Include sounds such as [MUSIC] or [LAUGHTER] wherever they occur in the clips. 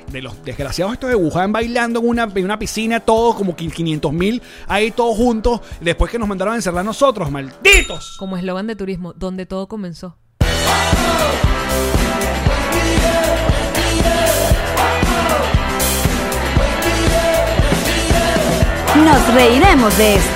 De los desgraciados estos de Wuhan bailando en una, en una piscina, todos como 500 mil, ahí todos juntos, después que nos mandaron a encerrar nosotros, malditos. Como eslogan de turismo, donde todo comenzó. Nos reiremos de esto.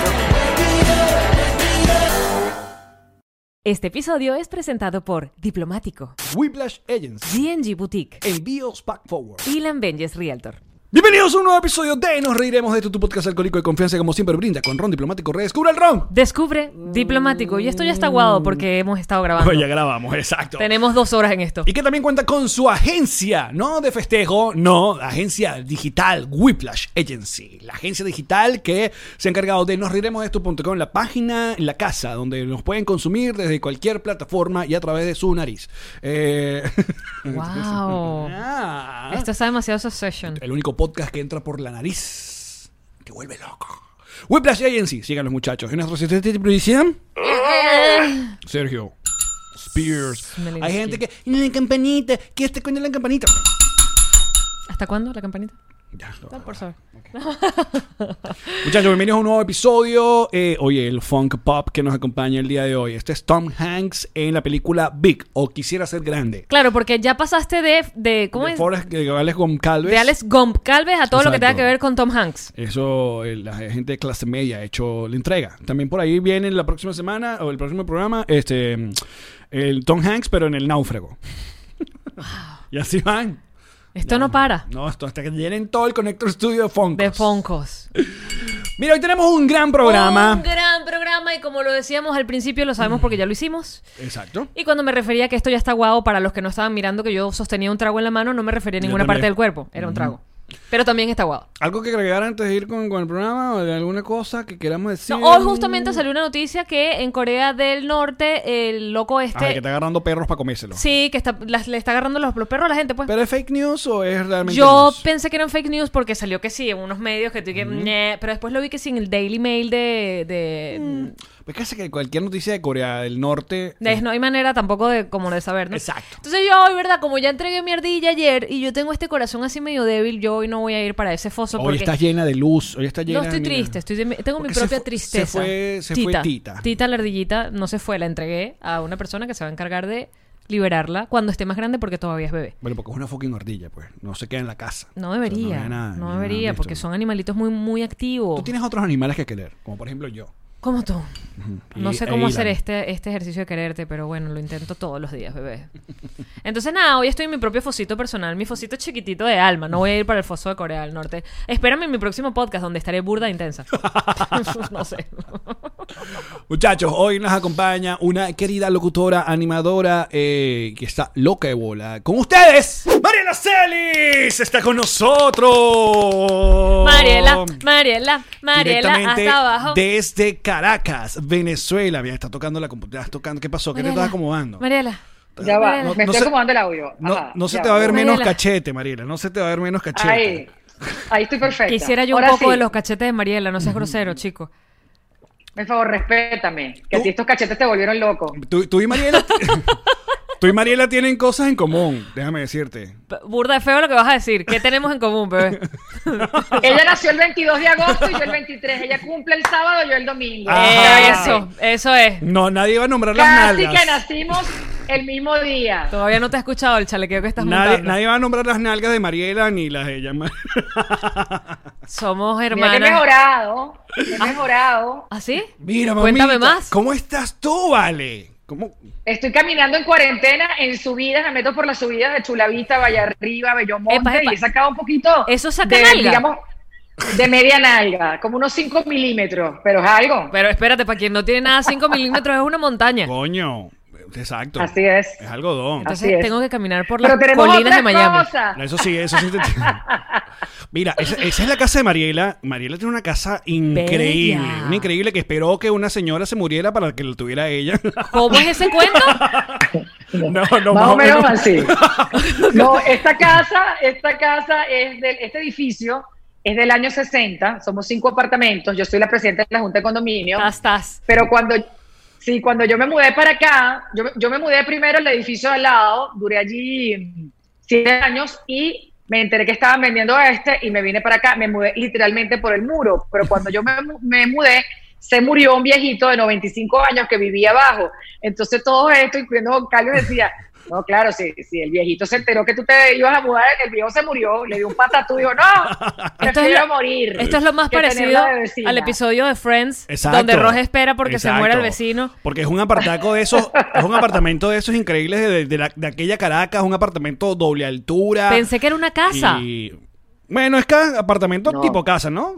Este episodio es presentado por Diplomático, Whiplash Agents, GNG Boutique, envíos back forward. y Benjes Realtor. Bienvenidos a un nuevo episodio de Nos reiremos de esto, tu podcast alcohólico de confianza, como siempre brinda con Ron Diplomático. Redescubre el Ron. Descubre Diplomático. Y esto ya está guado porque hemos estado grabando. Pues ya grabamos, exacto. Tenemos dos horas en esto. Y que también cuenta con su agencia, no de festejo, no, agencia digital Whiplash Agency, la agencia digital que se ha encargado de nos riremos de esto.com, la página, la casa, donde nos pueden consumir desde cualquier plataforma y a través de su nariz. Eh, [LAUGHS] ¡Wow! ah, Esto está demasiado Succession. el único podcast que entra por la nariz, que vuelve loco. Whiplash Agency, sigan los muchachos. Y nuestro asistente de [LAUGHS] producción, Sergio Spears. Smelinski. Hay gente que, "Y la campanita, que este coño es la campanita. ¿Hasta cuándo la campanita? Ya, lo- Por favor. Muchachos, bienvenidos a un nuevo episodio. Eh, oye, el funk pop que nos acompaña el día de hoy. Este es Tom Hanks en la película Big o Quisiera ser grande. Claro, porque ya pasaste de. de ¿Cómo de es? Forrest eh, Gales Goncalves. De Alex Gomp Calves a todo lo que Exacto. tenga que ver con Tom Hanks. Eso eh, la gente de clase media ha hecho la entrega. También por ahí viene la próxima semana o el próximo programa este mm, el Tom Hanks pero en el náufrago. y así van. Esto no para. No, esto hasta que llenen todo el Connector Studio de Funk. De Foncos. Mira, hoy tenemos un gran programa. Un gran programa y como lo decíamos al principio, lo sabemos porque ya lo hicimos. Exacto. Y cuando me refería a que esto ya está guau, para los que no estaban mirando que yo sostenía un trago en la mano, no me refería a Yo ninguna también. Mm. parte del cuerpo. Era un trago. Pero también está guau. ¿Algo que agregar antes de ir con, con el programa o de alguna cosa que queramos decir? No, hoy justamente salió una noticia que en Corea del Norte el loco este... Ah, que está agarrando perros para comérselo. Sí, que está, las- le está agarrando los, los perros a la gente, pues. ¿Pero es fake news o es realmente Yo news? pensé que eran fake news porque salió que sí, en unos medios que tú y que... "Ñe", pero después lo vi que sí, en el Daily Mail de... de- Pues casi que cualquier noticia de Corea del Norte... de- no hay manera tampoco de como de saber, ¿no? Exacto. Entonces yo hoy, ¿verdad? Como ya entregué mi ardilla ayer y yo tengo este corazón así medio débil, yo hoy no voy a ir para ese foso Hoy porque... está llena de luz, hoy está llena No estoy mira. triste, estoy de- tengo mi Porque se propia fu- se tristeza. fue- se fue Tita. Tita la ardillita no se fue, la entregué a una persona que se va a encargar de liberarla cuando esté más grande porque todavía es bebé. Bueno, porque es una fucking ardilla, pues. No se queda en la casa. No O sea, debería, no vea nada, no nada, debería, listo. porque son animalitos muy muy activos. Tú tienes otros animales que querer, como por ejemplo yo. Como tú. No Y- sé e cómo hacer Ilan. este, este ejercicio de quererte, pero bueno, lo intento todos los días, bebé. Entonces, nada, hoy estoy en mi propio fosito personal, mi fosito chiquitito de alma. No voy a ir para el foso de Corea del Norte. Espérame en mi próximo podcast, donde estaré burda [LAUGHS] e intensa. [LAUGHS] no sé. Muchachos, hoy nos acompaña una querida locutora, animadora, eh, que está loca de bola. ¡Con ustedes! ¡Mariela Celis está con nosotros! Mariela, Mariela, Mariela, Oh, Directamente hasta abajo. Desde Caracas, Venezuela. Mira, está tocando la computadora. Estás tocando. ¿Qué pasó? ¿Qué te estás acomodando? Mariela. Ya va, No- me no estoy se- acomodando el audio. No, Ajá, no se ya te va a ver Mariela. menos cachete, Mariela. No se te va a ver menos cachete. Ahí, ahí estoy perfecta. Quisiera yo un Ahora poco sí, de los cachetes de Mariela, no seas grosero, chico. Por favor, respétame, que a Tú- ti estos cachetes te volvieron loco. [LAUGHS] Tú, tú y [LAUGHS] Mariela. tú y Mariela tienen cosas en común, déjame decirte. P- Burda de feo lo que vas a decir. ¿Qué tenemos en común, bebé? Ella nació el 22 de agosto y yo el 23. Ella cumple el sábado, yo el [LAUGHS] domingo. Ah. Eso, eso es. No, nadie va a nombrar las Casi nalgas. que nacimos el mismo día. Todavía no te he escuchado el chalequeo que estás Nadie, montando. nadie va a nombrar las nalgas de Mariela ni las de ella. Somos Mira que he hermanas. mejorado, he Ah. mejorado. ¿Así? [LAUGHS] Mira, Cuéntame mamita, más. ¿Cómo estás tú, Vale? ¿Cómo? Estoy caminando en cuarentena, en subidas, me meto por las subidas de Chulavista, Valle Arriba, Bellomonte, Epa, epa. y he sacado un poquito Eso saca de, nalga. digamos, de media nalga, como unos 5 milímetros, pero es algo. Pero espérate, para quien no tiene nada, 5 milímetros es una montaña. Coño. Exacto. Así es. Es algodón. Así Entonces es. tengo que caminar por las Pero tenemos colinas otras de Miami. cosas. Eso sí, eso sí. te- [LAUGHS] Mira, esa, esa es la casa de Mariela. Mariela tiene una casa increíble. Bella. Una increíble que esperó que una señora se muriera para que la tuviera ella. ¿Cómo es ese [LAUGHS] cuento? [LAUGHS] no, no, más o menos así. No, esta casa, esta casa es del, este edificio es del año 60, somos cinco apartamentos, yo soy la presidenta de la Junta de Condominio, Ya estás. pero cuando, sí, cuando yo me mudé para acá, yo, me- yo me mudé primero al edificio de al lado, duré allí siete años y me enteré que estaban vendiendo este y me vine para acá, me mudé literalmente por el muro, pero cuando yo me, mu- me mudé, se murió un viejito de 95 años que vivía abajo. Entonces todo esto, incluyendo Don Carlos, decía, no, claro, si, si el viejito se enteró que tú te ibas a mudar, el viejo se murió, le dio un patatú y dijo, no, Esto prefiero es, lo, morir. esto es lo más que tenerla parecido de vecina". al episodio de Friends, Exacto. donde Ross espera porque se Exacto. muera el vecino. Porque es un apartaco de esos, es un apartamento de esos increíbles de, de la- de aquella Caracas, un apartamento doble altura. Pensé que era una casa. Ah. Y, bueno, es que apartamento No. tipo casa, ¿no?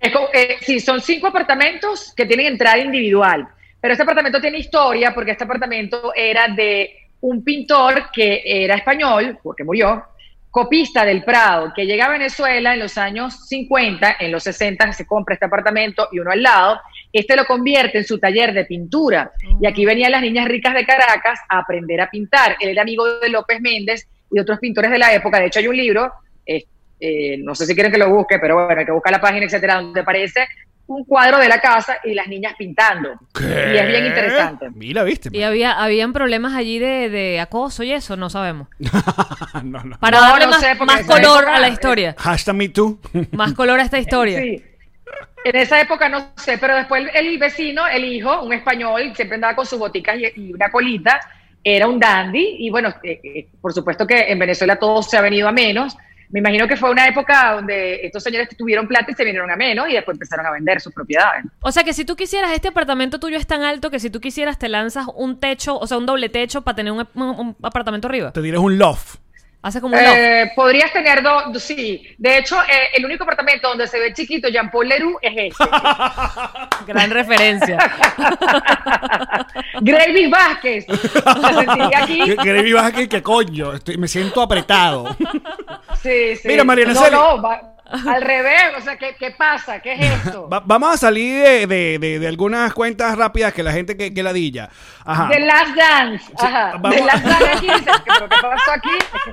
Es como- eh, sí, son cinco apartamentos que tienen entrada individual, pero este apartamento tiene historia porque este apartamento era de un pintor que era español, porque murió, copista del Prado, que llega a Venezuela en los años 50, en los 60 se compra este apartamento y uno al lado, este lo convierte en su taller de pintura. Y aquí venían las niñas ricas de Caracas a aprender a pintar. Él era amigo de López Méndez y de otros pintores de la época, de hecho hay un libro. eh, eh, no sé si quieren que lo busque, pero bueno, hay que buscar la página, etcétera, donde aparece un cuadro de la casa y las niñas pintando. Y es bien interesante. Mira, viste. Y había habían problemas allí de, de acoso y eso, no sabemos. [LAUGHS] no, no. Para No, darle no más, sé, porque más eso es color raro. a la [LAUGHS] historia. Hashtag me too. Más color a esta historia. Sí. En esa época no sé, pero después el, el vecino, el hijo, un español, siempre andaba con sus boticas y, y una colita, era un dandy y bueno, eh, eh, por supuesto que en Venezuela todo se ha venido a menos. Me imagino que fue una época donde estos señores tuvieron plata y se vinieron a menos y después empezaron a vender sus propiedades. O sea que si tú quisieras, este apartamento tuyo es tan alto que si tú quisieras te lanzas un techo, o sea, un doble techo para tener un, un- un apartamento arriba. Te dirás un loft. Hace como un loft. Eh, podrías tener dos, dos- sí. De hecho, eh, el único apartamento donde se ve chiquito Jean Paul Leroux es este. Gran referencia. Gravis Vázquez. Se sentiría aquí. Que- que vivas aquí, que coño, estoy- me siento apretado. Sí, sí. Mira, Mariana No, Celi. no, va- al revés. O sea, ¿qué, qué pasa? ¿Qué es esto? Va- vamos a salir de, de- de- de algunas cuentas rápidas que la gente que, que ladilla. Ajá. The Last Dance. Ajá. vamos- The Last Dance aquí. dices, ¿Pero qué pasó aquí?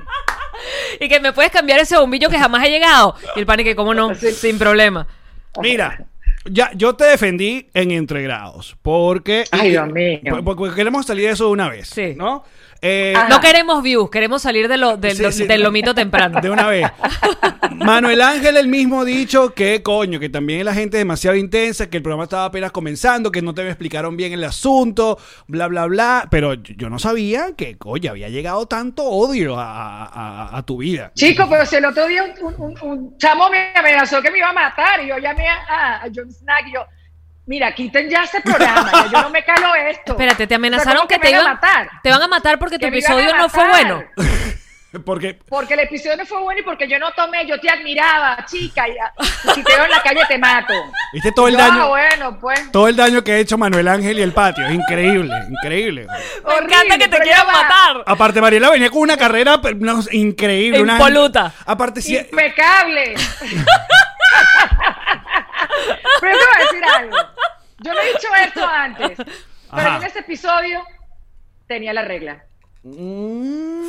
y que me puedes cambiar ese bombillo que jamás he llegado. Y el pan y que, ¿cómo no? Sin problema. Mira, ya, yo te defendí en entregrados. Porque. Ay, Dios mío. por- por- Porque queremos salir de eso de una vez. Sí. ¿No? Eh, Ajá. No queremos views, queremos salir de lo, del, Sí, sí. del lomito temprano. De una vez. [LAUGHS] Manuel Ángel el mismo ha dicho que coño, que también la gente es demasiado intensa, que el programa estaba apenas comenzando, que no te explicaron bien el asunto, bla, bla, bla. Pero yo yo no sabía que, coño, había llegado tanto odio a, a- a- a tu vida. Chico, pero si el otro día un, un- un- un chamo me amenazó que me iba a matar y yo llamé a, a John Snack y yo, mira, quiten ya ese programa, ya yo no me calo esto. Espérate, te O sea, amenazaron ¿cómo que, te me van iban a matar. Te van a matar porque tu Que me iban a episodio no fue matar. bueno. Porque Porque el episodio no fue bueno y porque yo no tomé, yo te admiraba, chica. Y, ah, si te veo en la calle te mato. viste todo el Yo, Ah, daño. bueno, pues. Todo el daño que ha hecho Manuel Ángel y el patio. Es increíble, increíble. Me encanta que te quieran matar. Aparte, Mariela venía con una carrera pero, no, increíble. una- Impoluta. Aparte, sí. [LAUGHS] Impecable. pero te voy a decir algo. Yo no he dicho esto antes. Pero Ajá. en ese episodio tenía la regla.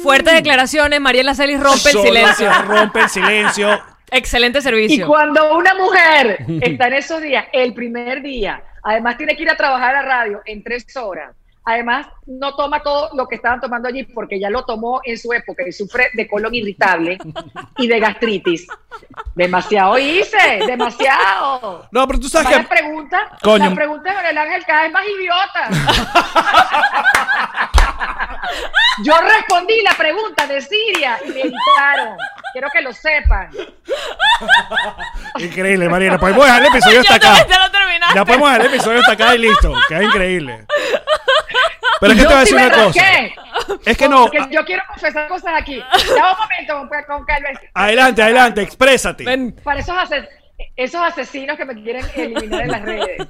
Fuertes Mm. declaraciones, Mariela Celis rompe el sola, [LAUGHS] silencio. Rompe el silencio. Excelente Y servicio. cuando una mujer está en esos días, el primer día, además tiene que ir a trabajar a la radio en tres horas, además no toma todo lo que estaban tomando allí porque ya lo tomó en su época y sufre de colon irritable y de gastritis. Demasiado hice, demasiado. No, pero tú sabes Las que. preguntas, Coño. las preguntas de Manuel Ángel cada vez más idiotas. Yo respondí la pregunta de Siria y me editaron. Quiero que lo sepan. Increíble, Mariela. Podemos dejar el episodio hasta Ya acá. te- ya lo terminaste. Ya podemos dejar el episodio hasta acá y listo. Queda increíble. Pero es que Yo te voy a sí decir me una cosa. rasqué. Es que no. Porque yo quiero confesar cosas aquí. Ya un momento con, con Calvo. Adelante, adelante, exprésate. Ven. Para esos, ases- esos asesinos que me quieren eliminar en las redes.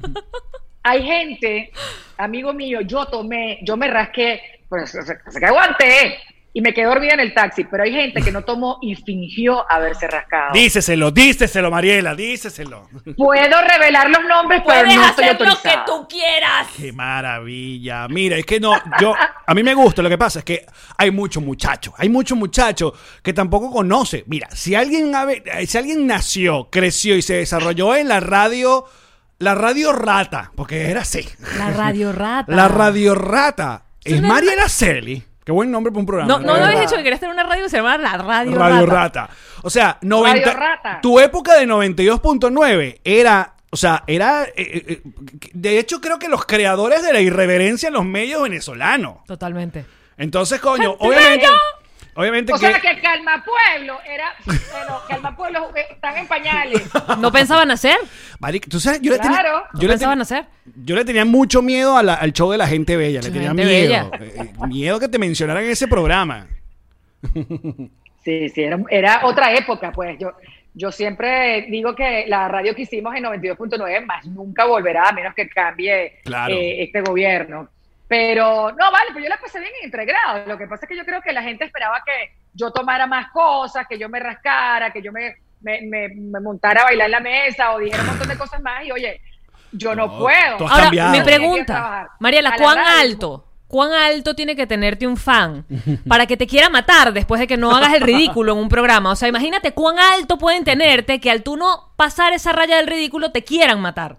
hay gente, amigo mío, yo tomé, yo me rasqué, pues se, se- que aguante, y me quedé dormida en el taxi, pero hay gente que no tomó y fingió haberse rascado. Díceselo, díceselo, Mariela, díceselo. Puedo revelar los nombres, pero Puedes no estoy hacer lo que autorizada. tú quieras. Qué maravilla. Mira, es que no, yo, a mí me gusta. Lo que pasa es que hay muchos muchachos, hay muchos muchachos que tampoco conoce. Mira, si alguien, ha ve- eh, si alguien nació, creció y se desarrolló en la radio, la radio rata, porque era así. La radio rata. La radio rata Es es una- Mariela Celi. Qué buen nombre para un programa. No, no, de no habías verdad. dicho que querías tener una radio que se llamaba La Radio, Radio Rata. Rata. O sea, 90, Radio Rata. tu época de 92.9 era, o sea, era, eh, eh, eh, de hecho creo que los creadores de la irreverencia en los medios venezolanos. Totalmente. Entonces, coño, obviamente, obviamente O que, sea que Calma Pueblo era, bueno, Calma Pueblo eh, están en pañales. ¿No pensaban hacer? Marica, tú sabes, yo le Claro. tenía, yo ¿No le pensaban tenía- hacer? yo le tenía mucho miedo a la- al show de la gente bella, le tenía gente miedo, bella. eh, eh, miedo que te mencionaran en ese programa. Sí, sí, era, era otra época, pues. Yo, yo siempre digo que la radio que hicimos en 92.9 más nunca volverá, a menos que cambie Claro. eh, este gobierno. Pero, no, vale, pero yo la pasé bien en integrado. Lo que pasa es que yo creo que la gente esperaba que yo tomara más cosas, que yo me rascara, que yo me, me, me- me montara a bailar en la mesa o dijera un montón de cosas más. Y oye, yo no, No, puedo. tú has Ahora, cambiado. mi Hay que trabajar. pregunta, Mariela, A la ¿cuán radio. alto? ¿Cuán alto tiene que tenerte un fan para que te quiera matar después de que no hagas el ridículo en un programa? O sea, imagínate cuán alto pueden tenerte que al tú no pasar esa raya del ridículo te quieran matar.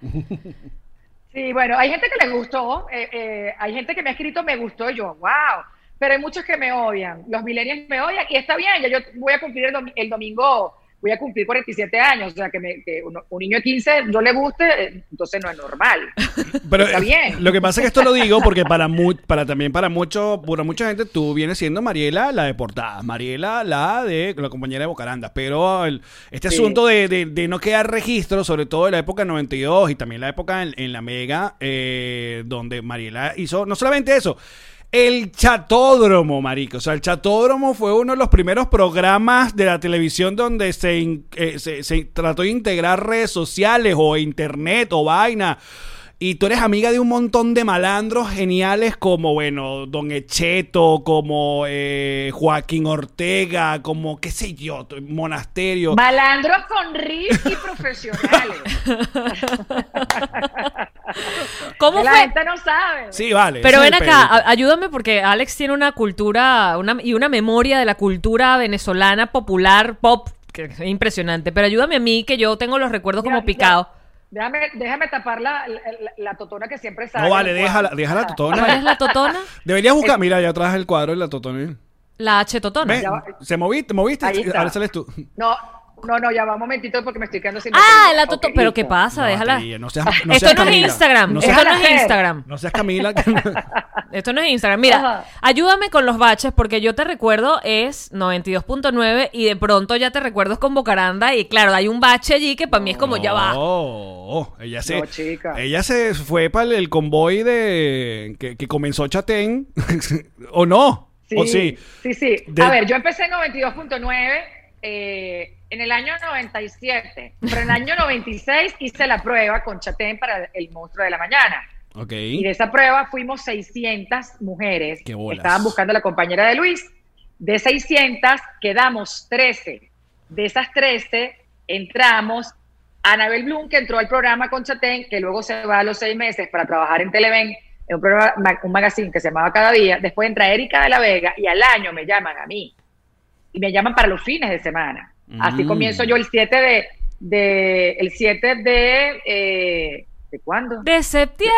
Sí, bueno, hay gente que le gustó, eh, eh, hay gente que me ha escrito me gustó, y yo, wow, pero hay muchos que me odian, los millennials me odian y está bien, ya yo voy a cumplir el, domi- el domingo, voy a cumplir 47 años, o sea, que, me- que uno- un niño de 15 no le guste, eh, entonces no [LAUGHS] es normal. Pero Está eh, bien. lo que pasa es que esto lo digo porque para mu- para también para mucho, para mucha gente tú vienes siendo Mariela la de portada, Mariela la de la compañera de Bocaranda, pero el- este Sí. asunto de, de- de no quedar registro, sobre todo en la época 92 y también la época en, en la Mega eh, donde Mariela hizo no solamente eso, el chatódromo, marico. O sea, el chatódromo fue uno de los primeros programas de la televisión donde se, in- eh, se- se trató de integrar redes sociales o internet o vaina. Y tú eres amiga de un montón de malandros geniales como, bueno, Don Echeto, como eh, Joaquín Ortega, como, qué sé yo, t- Monasterio. Malandros con ris [LAUGHS] y profesionales. ¿Cómo Que la fue? gente no sabe. sí, vale. Pero ese es ven el acá, pedo. a- ayúdame porque Alex tiene una cultura una, y una memoria de la cultura venezolana popular pop que es impresionante. Pero ayúdame a mí que yo tengo los recuerdos Ya, como ya. picado. Déjame, déjame tapar la, la, la- la totona que siempre sale. No vale, Juan. déjala, déjala totona. ¿Cuál es la totona? Deberías buscar, mira, ya atrás el cuadro de la totona. La H totona. Ven, Ya va. se moviste, moviste, eh, Ahí está. ahora sales tú. No, no, no, ya va un momentito porque me estoy quedando sin Ah, batería. la totona. Ok, Pero ¿qué listo. pasa? No, Déjala. Tía, no seas- no Esto seas no es Camila. Instagram. No Esto seas, no es ser. Instagram. no seas Camila. [LAUGHS] que- Esto no es Instagram. Mira, Ajá. ayúdame con los baches porque yo te recuerdo es 92.9 y de pronto ya te recuerdo con Bocaranda y claro, hay un bache allí que para mí es como ya va. No, oh, ella se, No, chica. ella se fue para el convoy de que, que comenzó Chatén, [LAUGHS] o no, Sí, o sí. sí, sí. De- A ver, yo empecé en 92.9 eh, en el año 97, pero en el año 96 hice la prueba con Chatén para el Monstruo de la Mañana. Ok. Y de esa prueba fuimos 600 mujeres Qué que bolas. estaban buscando a la compañera de Luis. De 600 quedamos 13. De esas 13 entramos Anabel Blum, que entró al programa con Chatén, que luego se va a los seis meses para trabajar en Televen, en un, programa, ma- un magazine que se llamaba Cada Día. Después entra Erika de la Vega y al año me llaman a mí. Y me llaman para los fines de semana. Así Mm. comienzo yo el 7 de... de- el 7 de... eh, ¿De cuándo? De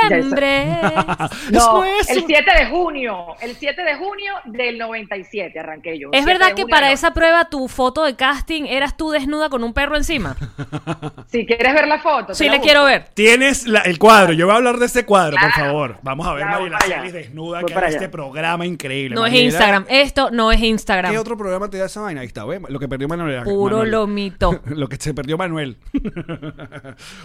septiembre. No, Ah, Eso es- el 7 de junio, el 7 de junio del 97 arranqué yo. ¿Es 7 de verdad que junio para del esa prueba tu foto de casting eras tú desnuda con un perro encima? 90. Si quieres ver la foto. te Sí, la le busco. quiero ver. Tienes la- el cuadro, yo voy a hablar de ese cuadro, por favor. Vamos a ver Claro, Mariela vaya. Celis desnuda Voy que para hace allá. este programa increíble. No es Mariela, Instagram. Esto no es ¿Qué Instagram. otro programa te da esa vaina? Ahí está, ve, lo que perdió Manuel. Puro Manuel. [LAUGHS] lomito. Lo que se perdió Manuel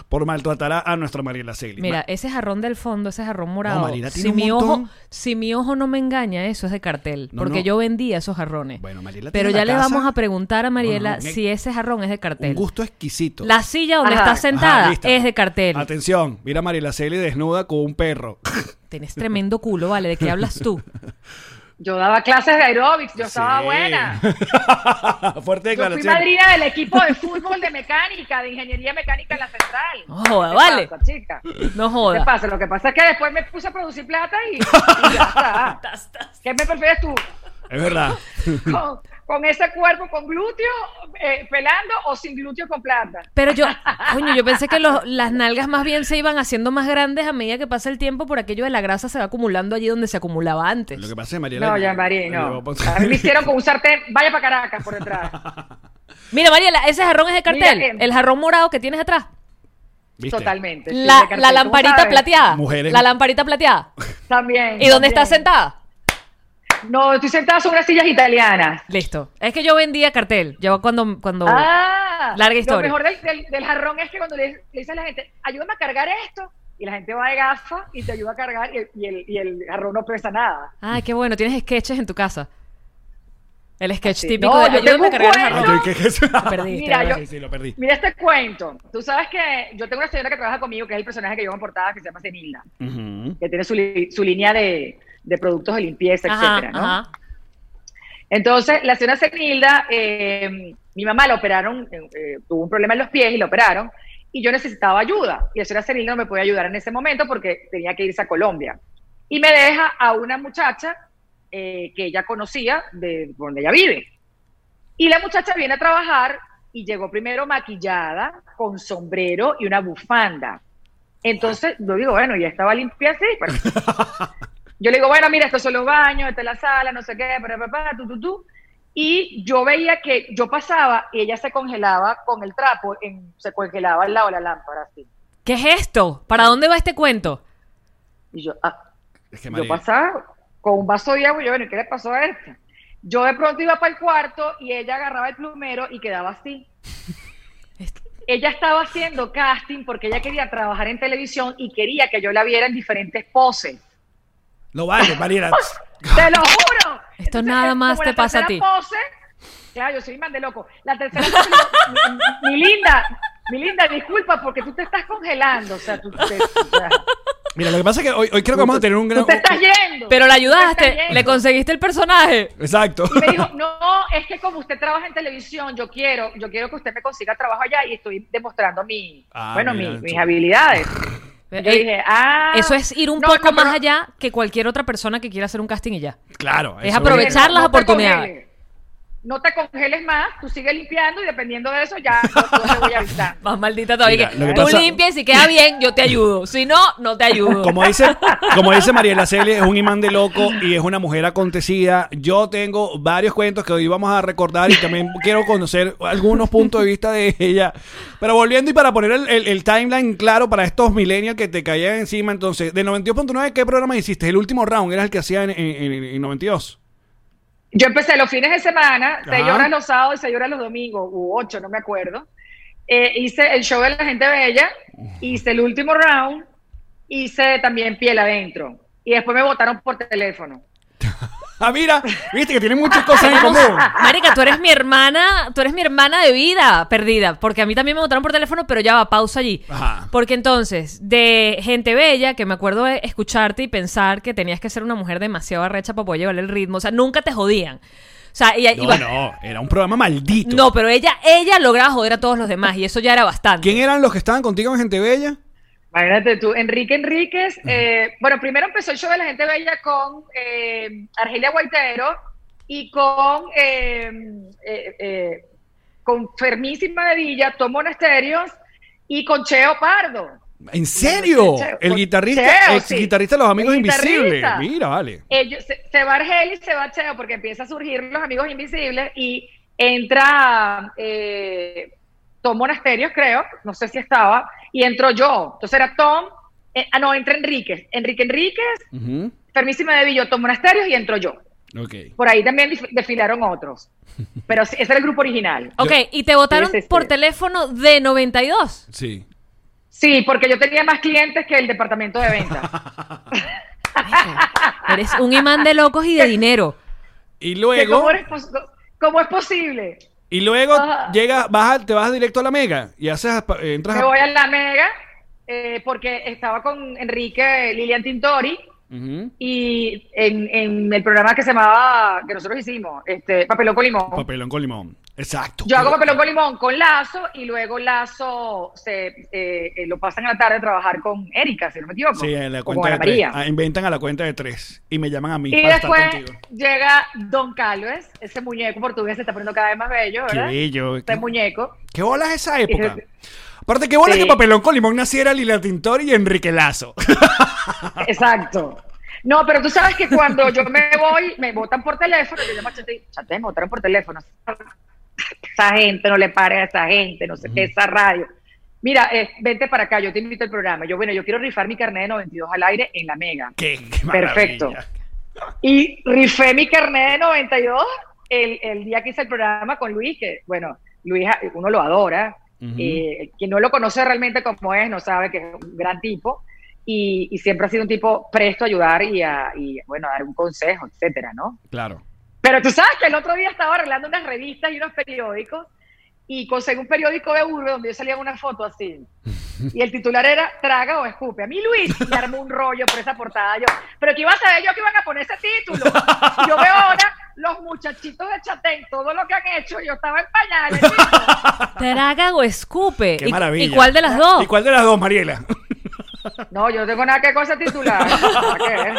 por maltratar a, a nuestra Mariela Segli. Mira, Ma- ese jarrón del fondo, ese jarrón morado. Mariela tiene si, un mi ojo, montón. si mi ojo no me engaña, eso es de cartel. No, porque no. yo vendía esos jarrones. Bueno, Mariela Pero tiene ya una le casa- vamos a preguntar a Mariela Bueno, un- si ese jarrón es de cartel. un gusto exquisito. La silla donde Ajá. estás sentada Ajá, lista. es de cartel. Atención, mira a Mariela Segli desnuda con un perro. [LAUGHS] Tienes tremendo culo, ¿vale? ¿De qué hablas tú? Yo daba clases de aeróbics, yo estaba Sí. [LAUGHS] buena. Fuerte Yo fui declaración. madrina del equipo de fútbol de mecánica, de ingeniería mecánica en la central. No joda, ¿Qué vale. pasa, chica? No ¿Qué jodas. pasa? Lo que pasa es que después me puse a producir plata y, y [LAUGHS] ya está. ¿Qué me prefieres tú? Es verdad. ¿Con, con ese cuerpo con glúteo eh, pelando o sin glúteo con plata? Pero yo, coño, yo pensé que los- las nalgas más bien se iban haciendo más grandes a medida que pasa el tiempo por aquello de la grasa se va acumulando allí donde se acumulaba antes. Lo que pasa es que Mariela. No, Jean Marie, la no. llevó por- A mí me hicieron con un sartén, vaya para Caracas por detrás. Mira, Mariela, ese jarrón es de cartel. Mira, eh, el jarrón morado que tienes atrás. [LAUGHS] ¿Viste? Totalmente. sí, de La, cartel, la ¿cómo lamparita sabes? plateada. Mujeres. La lamparita plateada. También. ¿Y dónde estás también. sentada? No, estoy sentada sobre unas sillas italianas. Listo. Es que yo vendía cartel. Yo cuando, cuando Ah, Oh. Larga historia. Lo mejor del, del- del jarrón es que cuando le, le dices a la gente, ayúdame a cargar esto, y la gente va de gafa y te ayuda a cargar y, el- y el, y el jarrón no pesa nada. Ay, qué bueno, tienes sketches en tu casa. El sketch Así. típico Ah, No, de yo tengo ayúdame a un cargar el Ah, jarrón. cuento. tú, ¿qué- qué es? [LAUGHS] Te perdiste, Mira, ¿verdad? yo- [LAUGHS] Sí, sí, lo perdí. Mira este cuento. Tú sabes que yo tengo una señora que trabaja conmigo, que es el personaje que yo en portada, que se llama Cenilda, Ujú. que tiene su, li- su línea de, de productos de limpieza, Ajá, etcétera, ¿no? ajá. Entonces, la señora Cenilda, eh, mi mamá la operaron, eh, eh, tuvo un problema en los pies y la operaron, y yo necesitaba ayuda. Y la señora Cenilda no me podía ayudar en ese momento porque tenía que irse a Colombia. Y me deja a una muchacha eh, que ella conocía de donde ella vive. Y la muchacha viene a trabajar y llegó primero maquillada, con sombrero y una bufanda. Entonces, yo digo, bueno, ya estaba limpia así, pero yo le digo, bueno, mira, estos son los baños, esta es la sala, no sé qué, pero papá, tú, tú, tú. Y yo veía que yo pasaba y ella se congelaba con el trapo, en- se congelaba al lado de la lámpara, así. ¿Qué es esto? ¿Para dónde va este cuento? Y yo, ah, Es que yo Mariela. pasaba con un vaso de agua y yo, bueno, ¿qué le pasó a esta? Yo de pronto iba para el cuarto y ella agarraba el plumero y quedaba así. ella estaba haciendo casting porque ella quería trabajar en televisión y quería que yo la viera en diferentes poses. No vale, [LAUGHS] Mariela. ¡Te lo juro! Esto nada eh, más como te la pasa a tercera ti. pose- claro, yo soy man de loco. La tercera pose, yo, mi, mi- mi linda, mi linda, disculpa, porque tú te estás congelando. O sea, tú te, o sea, Mira, lo que pasa es que hoy, hoy creo que vamos a tener un gran. tú te estás yendo. Pero la tú te estás ayudaste, yendo. le conseguiste el personaje. Exacto. [LAUGHS] Y me dijo, no, es que como usted trabaja en televisión, yo quiero, yo quiero que usted me consiga trabajo allá y estoy demostrando mi, Ah, bueno, mira, mi- tú. mis habilidades. Yo Eh, dije, ah. Eso es ir un no, poco no, más pero- allá que cualquier otra persona que quiera hacer un casting y ya. Claro. Es eso aprovechar las te oportunidades. congeles. No te congeles más, tú sigues limpiando y dependiendo de eso ya yo, yo te voy a avisar. Más maldita todavía. Mira, que lo que tú pasa- limpias y si queda bien, yo te ayudo. Si no, no te ayudo. [LAUGHS] Como dice, como dice Mariela Celi, es un imán de loco y es una mujer acontecida. Yo tengo varios cuentos que hoy vamos a recordar y también quiero conocer algunos puntos de vista de ella. Pero volviendo y para poner el, el- el timeline claro para estos millennials que te caían encima, entonces, de 92.9, ¿qué programa hiciste? El último round, era el que hacía en, en- en- en 92. Yo empecé los fines de semana, seis Ajá. horas los sábados y seis horas los domingos, u ocho, no me acuerdo. Eh, hice el show de la gente bella, hice el último round, hice también piel adentro. Y después me votaron por teléfono. Ah, mira, viste que tienen muchas cosas en [LAUGHS] común. Marica, tú eres mi hermana, tú eres mi hermana de vida perdida, porque a mí también me votaron por teléfono, pero ya va, pausa allí. Ajá. Porque entonces, de gente bella, que me acuerdo de escucharte y pensar que tenías que ser una mujer demasiado arrecha para poder llevar el ritmo, o sea, nunca te jodían. O sea, y, y No, va- no, era un programa maldito. Eh, No, pero ella, ella lograba joder a todos los demás y eso ya era bastante. ¿Quién eran los que estaban contigo en Gente Bella? Imagínate tú, Enrique Enríquez. eh, bueno, primero empezó el show de la gente bella con eh, Argelia Guaitero y con, eh, eh, eh, con Fermísima de Villa, Tom Monasterios y con Cheo Pardo. ¿En serio? El guitarrista, Cheo, ex sí. guitarrista de los Amigos El Invisibles. guitarrista. Mira, vale. Ellos- se, se va Argel y se va Cheo porque empieza a surgir los amigos invisibles y entra eh, Tom Monasterios, creo, no sé si estaba, y entró yo. Entonces era Tom, eh, ah, no, entra Enríquez. Enrique Enríquez, Ujú. Fermísima de Villa, Tom Monasterios y entró yo. Ok. Por ahí también dif- desfilaron otros. Pero sí, ese era el grupo original. Ok, y te votaron Sí, sí, sí. por teléfono de 92. Sí. Sí, porque yo tenía más clientes que el departamento de ventas. Eres un imán de locos y de dinero. Y Que luego, ¿Cómo, eres pos- cómo es posible? y luego Ah. llegas, vas a- te vas directo a la mega y haces, eh, entras Me a... voy a la mega eh, porque estaba con Enrique Lilian Tintori Ujú. y en, en el programa que se llamaba, que nosotros hicimos, este, Papelón con Limón. Papelón con limón. Exacto. Yo hago papelón con limón con Lazo y luego Lazo se eh, eh, lo pasan a la tarde a trabajar con Erika, si no me equivoco. Sí, en la o cuenta con de Ana María. tres. Ah, inventan a la cuenta de tres y me llaman a mí Y para estar después contigo. llega Don Calves, ese muñeco portugués se está poniendo cada vez más bello, Qué ¿verdad? bello. Este muñeñeco. ¿Qué bola es esa época? Aparte, qué bola Sí. que Papelón con Limón naciera Lila Tintori y Enrique Lazo. [LAUGHS] Exacto. No, pero tú sabes que cuando yo me voy, me votan por teléfono, yo llamo a Chate, Chate, me votaron por teléfono. Esa gente, no le pare a esa gente, no sé qué, esa radio. Mira, eh, vente para acá, yo te invito al programa. Yo, bueno, yo quiero rifar mi carnet de 92 al aire en la Mega. Qué, qué maravilla. Perfecto. Y rifé mi carnet de 92 el, el día que hice el programa con Luis, que bueno, Luis ah, uno lo adora. Ujú. eh, quien no lo conoce realmente como es, no sabe que es un gran tipo. Y, y siempre ha sido un tipo presto a ayudar y, a, y, bueno, a dar un consejo, etcétera, ¿no? Claro. Pero tú sabes que el otro día estaba arreglando unas revistas y unos periódicos y conseguí un periódico de Urbe donde yo salía una foto así. Y el titular era Traga o Escupe. A mí Luis me armó un rollo por esa portada. Yo, pero que iba a saber yo que iban a poner ese título. Yo veo ahora los muchachitos de Chatén, todo lo que han hecho. Yo estaba en pañales. chico. Traga o escupe. Qué ¿Y- maravilla. ¿Y cuál de las dos? ¿Y cuál de las dos, Mariela? [LAUGHS] No, yo no tengo nada que ver con ese titular. [LAUGHS] Nada que ver.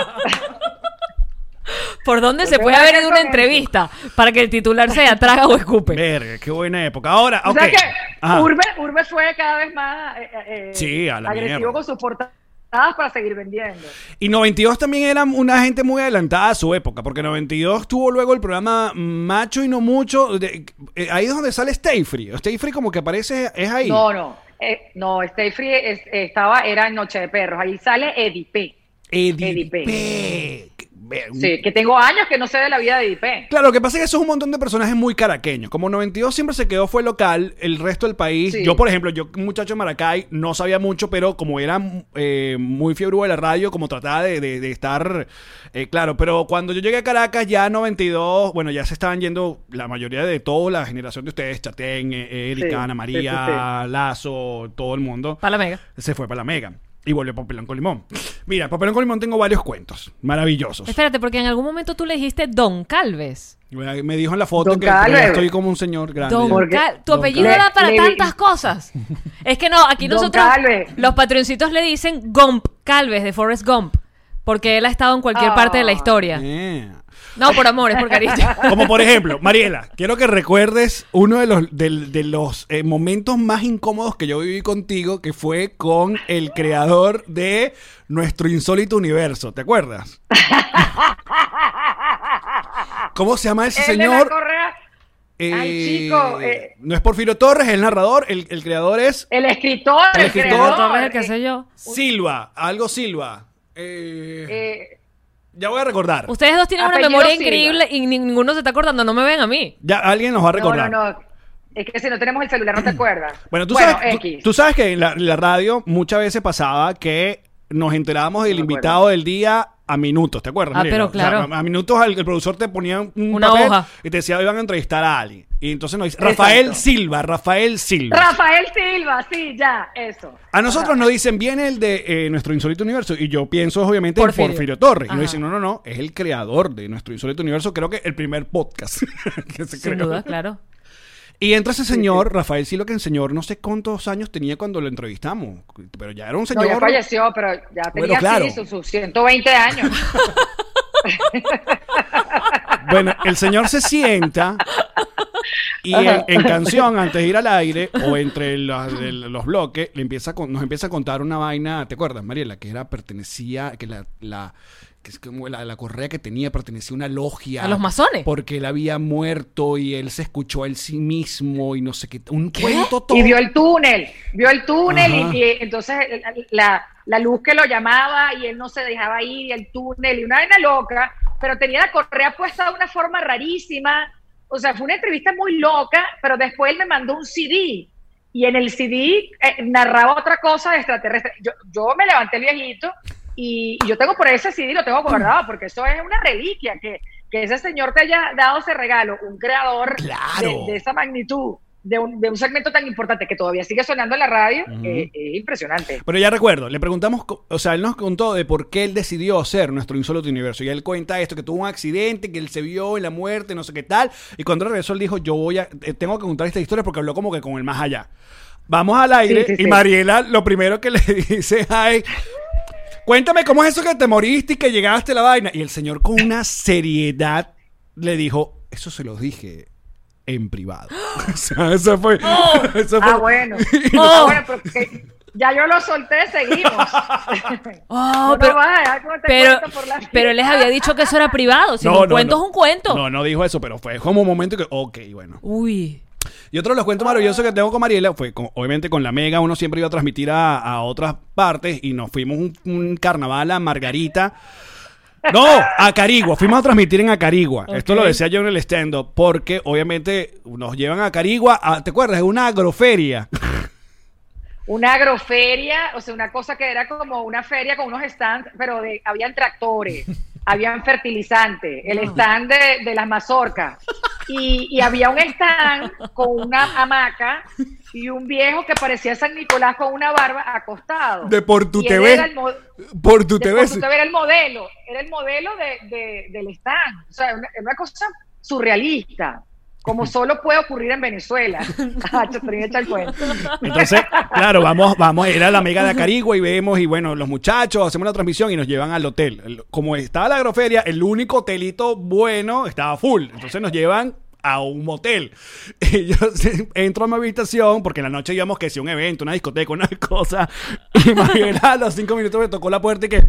¿Por dónde Yo se te puede Pues voy a haber hacer en una con eso. entrevista para que el titular sea traga o escupe? Verga, qué buena época. Ahora, O ok. sea que Ajá. Urbe, Urbe fue cada vez más eh, eh, Sí, a la agresivo mierda. con sus portadas para seguir vendiendo. Y 92 también era una gente muy adelantada a su época, porque 92 tuvo luego el programa Macho y No Mucho. de- eh, ahí es donde sale Stay Free. Stay Free como que aparece, es ahí. No, no. eh, no, Stay Free es- estaba, era en Noche de Perros. Ahí sale Edipe. Edipe. Edipe. Qué ver- Sí, que tengo años que no sé de la vida de Edipe. Claro, lo que pasa es que eso es un montón de personajes muy caraqueños. Como 92 siempre se quedó fue local, el resto del país. Sí. Yo, por ejemplo, yo un muchacho de Maracay no sabía mucho, pero como era eh, muy fiebre de la radio, como trataba de, de- de estar eh, claro. Pero cuando yo llegué a Caracas, ya 92, bueno, ya se estaban yendo la mayoría de toda la generación de ustedes, Chatén, eh, Erika, Sí, Ana María, sí, sí, Lazo, todo el mundo Para la mega. se fue para la Mega. Y volvió a Papelón con Limón. Mira, Papelón con Limón tengo varios cuentos maravillosos. Espérate, porque en algún momento tú le dijiste Don Calves. Me dijo en la foto Don que pero Caleb. ya estoy como un señor grande. Don Porque- Cal- tu Don apellido Calves. era para Le- tantas cosas. Es que no, aquí Don nosotros, Calves. los patroncitos le dicen Gump, Calves, de Forrest Gump, porque él ha estado en cualquier Ah. parte de la historia. Yeah. No, por amor, es por [LAUGHS] cariño. eh. Como por ejemplo, Mariela, quiero que recuerdes uno de los, del- de los eh, momentos más incómodos que yo viví contigo, que fue con el creador de nuestro insólito universo, ¿te acuerdas? ¿Cómo se llama ese El de la señor? correa, Ay, chico, eh. No es Porfirio Torres, el narrador, el, el creador es el escritor, El el, escritor. creador, Torres, el qué eh, sé yo. Silva, algo Silva. Eh, eh, ya voy a recordar. Ustedes dos tienen una Apellido memoria Silva. increíble y ni- ninguno se está acordando, no me ven a mí. Ya alguien nos va a no, recordar. Mm. no, no. Es que si no tenemos el celular no te acuerdas. Bueno, tú, sabes, tú- X. tú sabes que en la, la radio muchas veces pasaba que nos enterábamos del No me acuerdo. invitado del día a minutos, ¿te acuerdas? Ah, Mariela? pero O sea, claro. a, a minutos el, el productor te ponía un Una papel hoja. y te decía, iban a entrevistar a alguien. Y entonces nos dice, Rafael Exacto. Silva, Rafael Silva. Rafael Silva, sí, ya, eso. a nosotros nos dicen, viene el de eh, nuestro insólito universo. Y yo pienso, obviamente, en Porfirio. Porfirio Torres. Y Ajá. nos dicen, no, no, no, es el creador de nuestro insólito universo. Creo que el primer podcast [LAUGHS] que se Sin creó. duda, claro. Y entra ese señor, Rafael Silva, que el señor no sé cuántos años tenía cuando lo entrevistamos, pero ya era un No, señor. ya falleció, pero ya tenía Bueno, claro. sí, sus, sus 120 años. Bueno, el señor se sienta y en, Ajá. en canción, antes de ir al aire o entre las- el- los bloques, le empieza a con- nos empieza a contar una vaina, ¿te acuerdas, Mariela? Que era, pertenecía, que la, la- que es como la, la correa que tenía pertenecía a una logia. A los masones. Porque él había muerto y él se escuchó a él sí mismo y no sé qué. Un cuento todo. Y vio el túnel, vio el túnel Ajá. y, y entonces la, la luz que lo llamaba y él no se dejaba ir, y el túnel y una vaina loca, pero tenía la correa puesta de una forma rarísima. O sea, fue una entrevista muy loca, pero después él me mandó un CD y en el CD eh, narraba otra cosa de extraterrestre. Yo, yo me levanté el viejito y, y yo tengo por ahí ese CD, lo tengo guardado, porque eso es una reliquia, que, que ese señor te haya dado ese regalo, un creador Claro. de, de esa magnitud. De un, de un segmento tan importante que todavía sigue sonando en la radio, Ujú. eh, es impresionante. Pero ya recuerdo, le preguntamos, co- o sea, él nos contó de por qué él decidió hacer nuestro insólito universo. Y él cuenta esto, que tuvo un accidente, que él se vio en la muerte, no sé qué tal. Y cuando regresó, él dijo, yo voy a, eh, tengo que contar esta historia porque habló como que con el más allá. Vamos al aire Sí, sí, y sí. Mariela lo primero que [LAUGHS] le dice ay, cuéntame cómo es eso que te moriste y que llegaste a la vaina. Y el señor con una seriedad le dijo, eso se los dije en privado. [LAUGHS] o sea, eso fue... [LAUGHS] eso fue- Ah, bueno. Ah, bueno, pero que- ya yo lo solté, [LAUGHS] seguimos. Oh, No nos pero, vas a dejar con este pero, cuento por la vida. pero él les había dicho que eso era privado. Si no, un cuento es un cuento. No, no dijo eso, pero fue como un momento que, ok, bueno. Uy. Y otro de los cuentos maravillosos que tengo con Mariela fue, con- obviamente con la Mega uno siempre iba a transmitir a, a otras partes y nos fuimos un, un carnaval a Margarita. No, a Carigua, fuimos a transmitir en Acarigua. Esto lo decía yo en el stand-up, porque obviamente nos llevan a Acarigua, a- ¿te acuerdas? Es una agroferia. Una agroferia, o sea, una cosa que era como una feria con unos stands, pero de, habían [LAUGHS] tractores, habían fertilizantes, Ah. el stand de, de las mazorcas. Y, y había un stand con una hamaca y un viejo que parecía San Nicolás con una barba acostado. De por tu Y él TV. era el mo- Por tu TV. Después, usted era el modelo, era el modelo de, de- del stand. O sea, una, una cosa surrealista, [LAUGHS] como solo puede ocurrir en Venezuela. [LAUGHS] Ah, te tenía que echar el cuento. Entonces, claro, vamos, vamos a ir a la mega de Acarigua y vemos, y bueno, los muchachos hacemos la transmisión y nos llevan al hotel. El- Como estaba la agroferia, el único hotelito bueno estaba full. Entonces nos llevan a un motel. [LAUGHS] Y yo se- entro a mi habitación, porque en la noche íbamos que si un evento, una discoteca, una [LAUGHS] cosa. Y Mariela a los cinco minutos me tocó la puerta y que.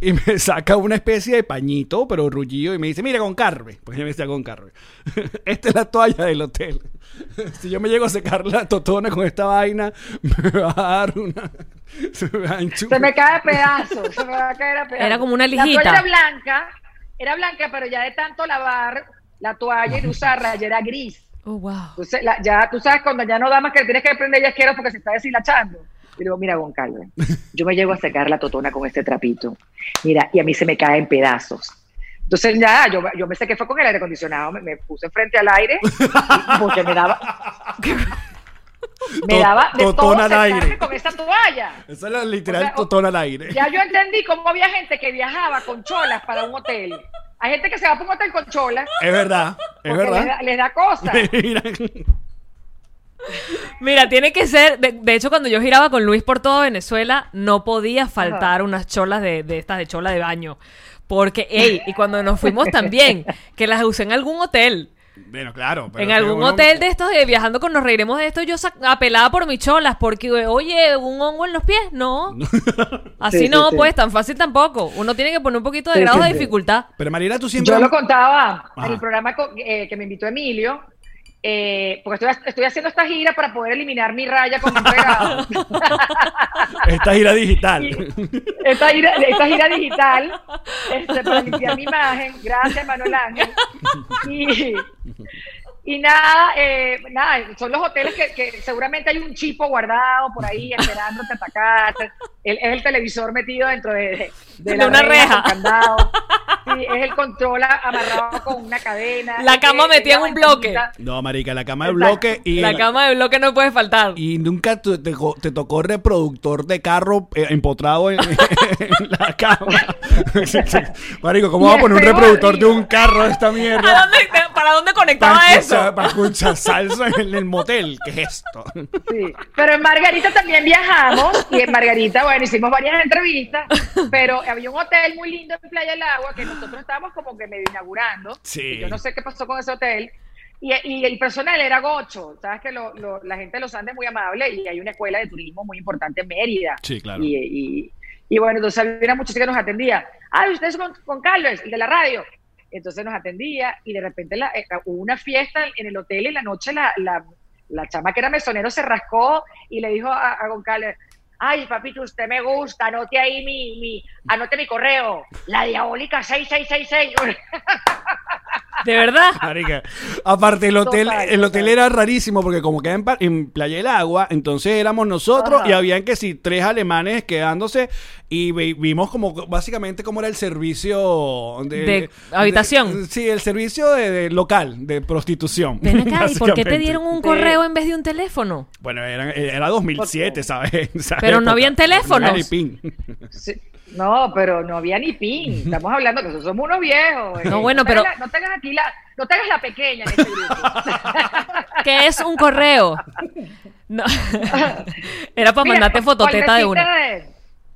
Y me [LAUGHS] saca una especie de pañito, pero rullido, y me dice, mira, con carve. Porque yo me decía con carve. [LAUGHS] Esta es la toalla del hotel. [LAUGHS] Si yo me llego a secar la totona con esta vaina, [LAUGHS] me va a dar una... [LAUGHS] Se me va a enchufar. Se me cae a pedazos, se me va a caer a pedazos. Era como una La lijita. toalla era blanca, era blanca, pero ya de tanto lavar la toalla y de usarla, ya era gris. Oh, wow. Entonces, la- ya tú sabes, cuando ya no da más que le tienes que prender ya quiero porque se está deshilachando. Y digo, mira, Goncalves, yo me llego a secar la totona con este trapito. Mira, y a mí se me cae en pedazos. Entonces, ya, yo, yo me sé que fue con el aire acondicionado, me, me puse frente al aire porque me daba. Me To- daba de todo totona al secarme aire. con esa toalla. Esa es la literal O sea, o- totona al aire. Ya yo entendí cómo había gente que viajaba con cholas para un hotel. Hay gente que se va para un hotel con cholas. [LAUGHS] Es verdad, es porque les verdad. da- Les da, cosas. [LAUGHS] Mira. Mira, tiene que ser. De, de hecho, cuando yo giraba con Luis por toda Venezuela, no podía faltar unas cholas de, de estas de chola de baño. Porque, ey, y cuando nos fuimos también, que las usé en algún hotel. Bueno, claro. pero en que algún uno- hotel de estos de viajando con nos reiremos de esto, yo sac- apelaba por mis cholas, porque oye, un hongo en los pies, [LAUGHS] no. Así Sí, sí, no, sí. pues tan fácil tampoco. Uno tiene que poner un poquito de Sí, grado sí, de sí. dificultad. Pero Mariela, tú siempre... Yo lo contaba Ajá. en el programa co- eh, que me invitó Emilio, eh, porque estoy, estoy haciendo esta gira para poder eliminar mi raya con un [LAUGHS] pegado. Esta gira digital. [LAUGHS] Y esta, gira, esta gira digital este, para limpiar mi imagen. Gracias, Manuel Ángel. Y, y nada, eh, nada, son los hoteles que, que seguramente hay un chipo guardado por ahí esperándote atacar. El- Es el televisor metido dentro de, de, De la una reja. con candado. Sí, es el control a- amarrado con una cadena. La cama Es- es metida en la un bloque. ventanita. No, marica, la cama de Exacto. bloque y... La cama de bloque no puede faltar. Y nunca te, te- te tocó reproductor de carro eh, empotrado en, [LAUGHS] en la cama. [LAUGHS] Marico, ¿cómo Y vas a poner un el peor Ah, reproductor de día. un carro de esta [LAUGHS] ¿A mierda? dónde, ¿Para dónde conectaba Para eso? escuchar, para escuchar salsa en el motel. ¿Qué es esto? Sí. Pero en Margarita también viajamos y en Margarita, bueno, hicimos varias entrevistas, pero había un hotel muy lindo en Playa del Agua que nosotros estábamos como que medio inaugurando. Sí. Y Yo no sé qué pasó con ese hotel. Y, y el personal era gocho, sabes que lo- lo- la gente de los Andes es muy amable y hay una escuela de turismo muy importante en Mérida. Sí, claro. Y, y- y bueno, entonces había una muchacha que nos atendía. Ah, ustedes con, con Carlos, el de la radio. Entonces nos atendía y de repente la- eh, hubo una fiesta en el hotel y en la noche la, la, la chama que era mesonero se rascó y le dijo a, a Goncalves, ay papito, usted me gusta, anote ahí mi, mi, anote mi correo, la diabólica 6666. De verdad. Marica. Aparte, el hotel, Total, el total. hotel era rarísimo porque como queda en, pa- en Playa del Agua, entonces éramos nosotros Ajá. y habían que si tres alemanes quedándose y vi- vimos como básicamente cómo era el servicio de, De habitación. de- sí, el servicio de, de local de prostitución. Ven [LAUGHS] acá, ¿y por qué te básicamente. dieron un Sí. correo en vez de un teléfono? Bueno, eran- era 2007, [LAUGHS] ¿sabes? En esa Pero no época. habían teléfonos. No había ni pin. [LAUGHS] Sí. No, pero no había ni pin. Estamos hablando que nosotros somos unos viejos. eh. No, bueno, te hagas pero- la- no te hagas aquí la. No te hagas la pequeña en este grupo. ¿Qué es un correo? No. [LAUGHS] Era para Mira, mandarte fototeta de cualquiera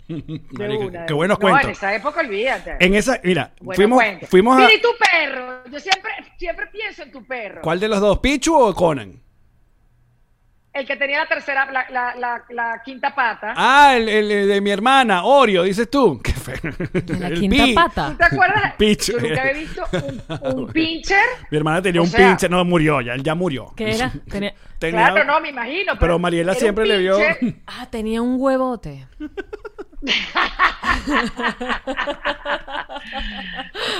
una. De [LAUGHS] Marica, una, qué de- buenos no, cuentos. En esa época, olvídate. En esa, mira, Buenos fuimos, cuentos. fuimos a... Mira, y tu perro. Yo siempre, siempre pienso en tu perro. ¿Cuál de los dos, Pichu o Conan? El que tenía la tercera, la, la, la, la quinta pata. Ah, el, el- el de mi hermana, Oreo, dices tú. [LAUGHS] Qué feo. En la El quinta pin. pata. ¿Tú te [LAUGHS] acuerdas? Picho. Yo nunca había visto [LAUGHS] un, un pincher. Mi hermana tenía O un sea- pinche, no murió, ya, él ya murió. ¿Qué era? Tenía- [LAUGHS] Tenía- Claro, no, me imagino. Pero Mariela era un siempre le vio- [LAUGHS] pincher. Ah, tenía un huevote.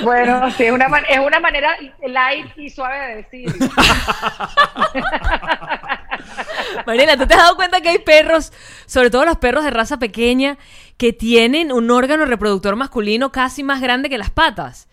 Bueno, sí, es una, man- es una manera light y suave de decir. Mariela, ¿tú te has dado cuenta que hay perros, sobre todo los perros de raza pequeña, que tienen un órgano reproductor masculino casi más grande que las patas?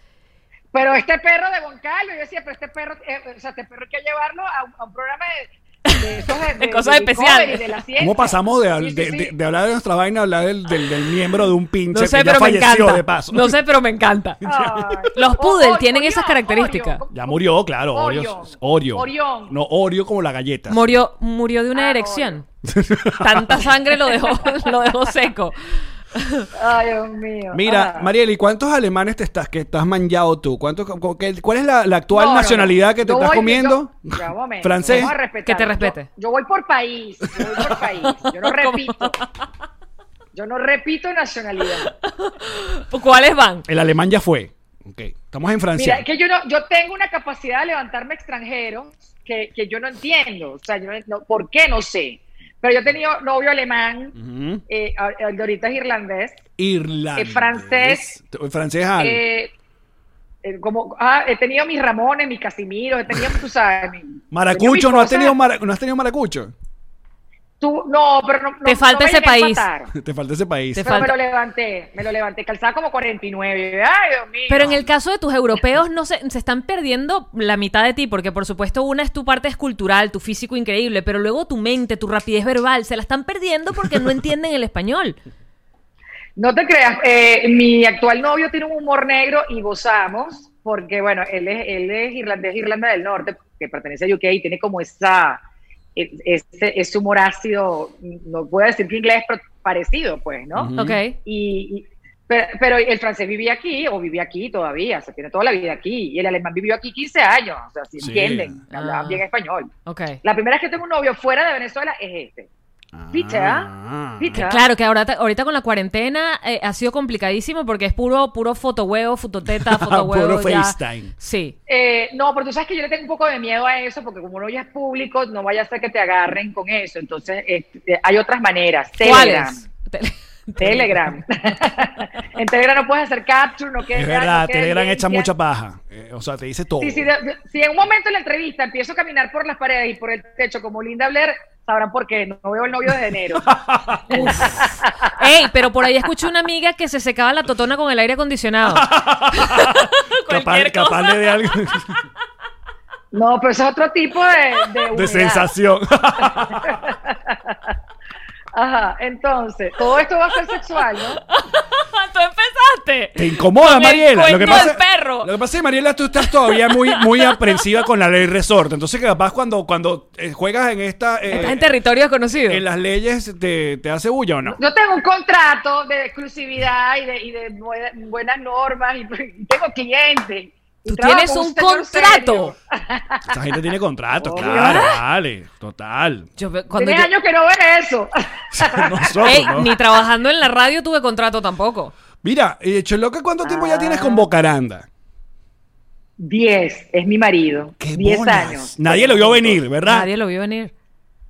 Pero este perro de Goncalo, yo decía, pero este perro, eh, o sea, este perro hay que llevarlo a, un- a un programa de, de, esos de, [LAUGHS] De cosas especiales. Discovery, de la ciencia. ¿Cómo pasamos de, Sí, sí, de- sí. de- de hablar de nuestra vaina a hablar del, del- del miembro de un pinche No sé, que ya pero me falleció encanta. de paso? No Ah. sé, pero me [LAUGHS] encanta. Ay. Los poodle O- tienen Orión, esas características. Orión. [LAUGHS] Ya murió, claro, Oreo. Orión. Oreo. Orión. No, Oreo como la galleta. Murió, murió de una Ah, [LAUGHS] erección. Tanta sangre lo dejó, lo dejó seco. Ay, Dios mío. Mira, Ah. Mariela, ¿y cuántos alemanes te estás que estás manchado tú? ¿Cuántos, cu- qué- ¿Cuál es la, la actual Ah, No, no, nacionalidad no. que te Yo estás voy- comiendo? yo- ya, un momento, ¿Francés? vamos a respetar. Que te Yo- respete. Yo, voy por país. Yo voy por país. [LAUGHS] Yo no ¿Cómo? repito. Yo no repito nacionalidad. ¿Cuáles van? El alemán ya fue. Ok, estamos en Francia. Mira, es que yo no, yo tengo una capacidad de levantarme extranjeros que, que yo no entiendo. O sea, yo no, no- ¿por qué? No sé. Pero yo he tenido novio alemán, Ujú. eh, a- el de ahorita es irlandés, Irlandés. Eh, francés. T- Francés al- eh, eh, como, ah, he tenido mis Ramones, mis Casimiros, he tenido, tú sabes, mi- he Maracucho, ¿no has, mis tenido cosas. mara- ¿no has tenido maracucho? [LAUGHS] Tú, no, pero no. no- Te falta no ese me llegué a país. empatar. Te falta ese país. Te Pero falta- me lo levanté, me lo levanté. Calzaba como 49. Ay, Dios mío. Pero en el caso de tus europeos, no se, se están perdiendo la mitad de ti, porque por supuesto una es tu parte escultural, tu físico increíble, pero luego tu mente, tu rapidez verbal, se la están perdiendo porque no entienden el español. No te creas, eh, mi actual novio tiene un humor negro y gozamos, porque bueno, él es, él es irlandés, de Irlanda del Norte, que pertenece a UK y tiene como esa, e- ese, ese humor ácido, no puedo decir que inglés, pero parecido, pues, ¿no? Ujú. Ok. y, y- pero, pero el francés vivía aquí, o vivía aquí todavía, se tiene toda la vida aquí, y el alemán vivió aquí 15 años, o sea, si Sí. entienden, hablaban Ah. bien español. Ok. La primera vez que tengo un novio fuera de Venezuela es este. Viste, Ah. ¿ah? Viste, ¿ah? Claro que ahora ahorita con la cuarentena eh, ha sido complicadísimo porque es puro puro fotohuevo, [LAUGHS] fototeta, fotohuevo. Ah, Puro ya. FaceTime. Sí. Eh, no, pero tú sabes que yo le tengo un poco de miedo a eso, porque como uno ya es público, no vaya a ser que te agarren con eso. Entonces, este, hay otras maneras. Telegram. ¿Cuáles? Tele- [LAUGHS] Telegram. [LAUGHS] en Telegram no puedes hacer capture, no queda. Es verdad, no queda Telegram evidencia. echa mucha paja. Eh, o sea, te dice todo. Sí, sí, de- de- si en un momento en la entrevista empiezo a caminar por las paredes y por el techo como Linda Blair, sabrán por qué. No veo el novio [LAUGHS] desde enero. [LAUGHS] Ey, pero por ahí escuché una amiga que se secaba la totona con el aire [LAUGHS] acondicionado. capaz, Cualquier capaz cosa. le de [LAUGHS] algo No, pero eso es otro tipo de. De, humedad. de sensación. [LAUGHS] Ajá, entonces, todo esto va a ser sexual, ¿no? Tú empezaste. Te incomoda, Con el Mariela. Lo que, cuento pasa, del perro. lo que pasa es que, Mariela, tú estás todavía muy, muy aprensiva con la ley resorte. Entonces, capaz cuando, cuando eh, juegas en esta. eh, Estás en territorio desconocido. en las leyes, te, ¿te hace bulla o no? Yo tengo un contrato de exclusividad y de, y de buena- buenas normas y, y tengo clientes. Y Tú trabajo tienes con un señor contrato. serio. Esa gente tiene contrato, Obvio. claro, vale. [LAUGHS] Total. Yo ve- cuando Tiene yo- años que no ven eso. [LAUGHS] Nosotros, Ey, ¿no? ni trabajando en la radio tuve contrato tampoco. Mira, eh, Choloca, ¿cuánto tiempo ya tienes Ah, con Bocaranda? Diez, es mi marido. Diez bolas! años. Nadie lo vio venir, ¿verdad? Nadie lo vio venir.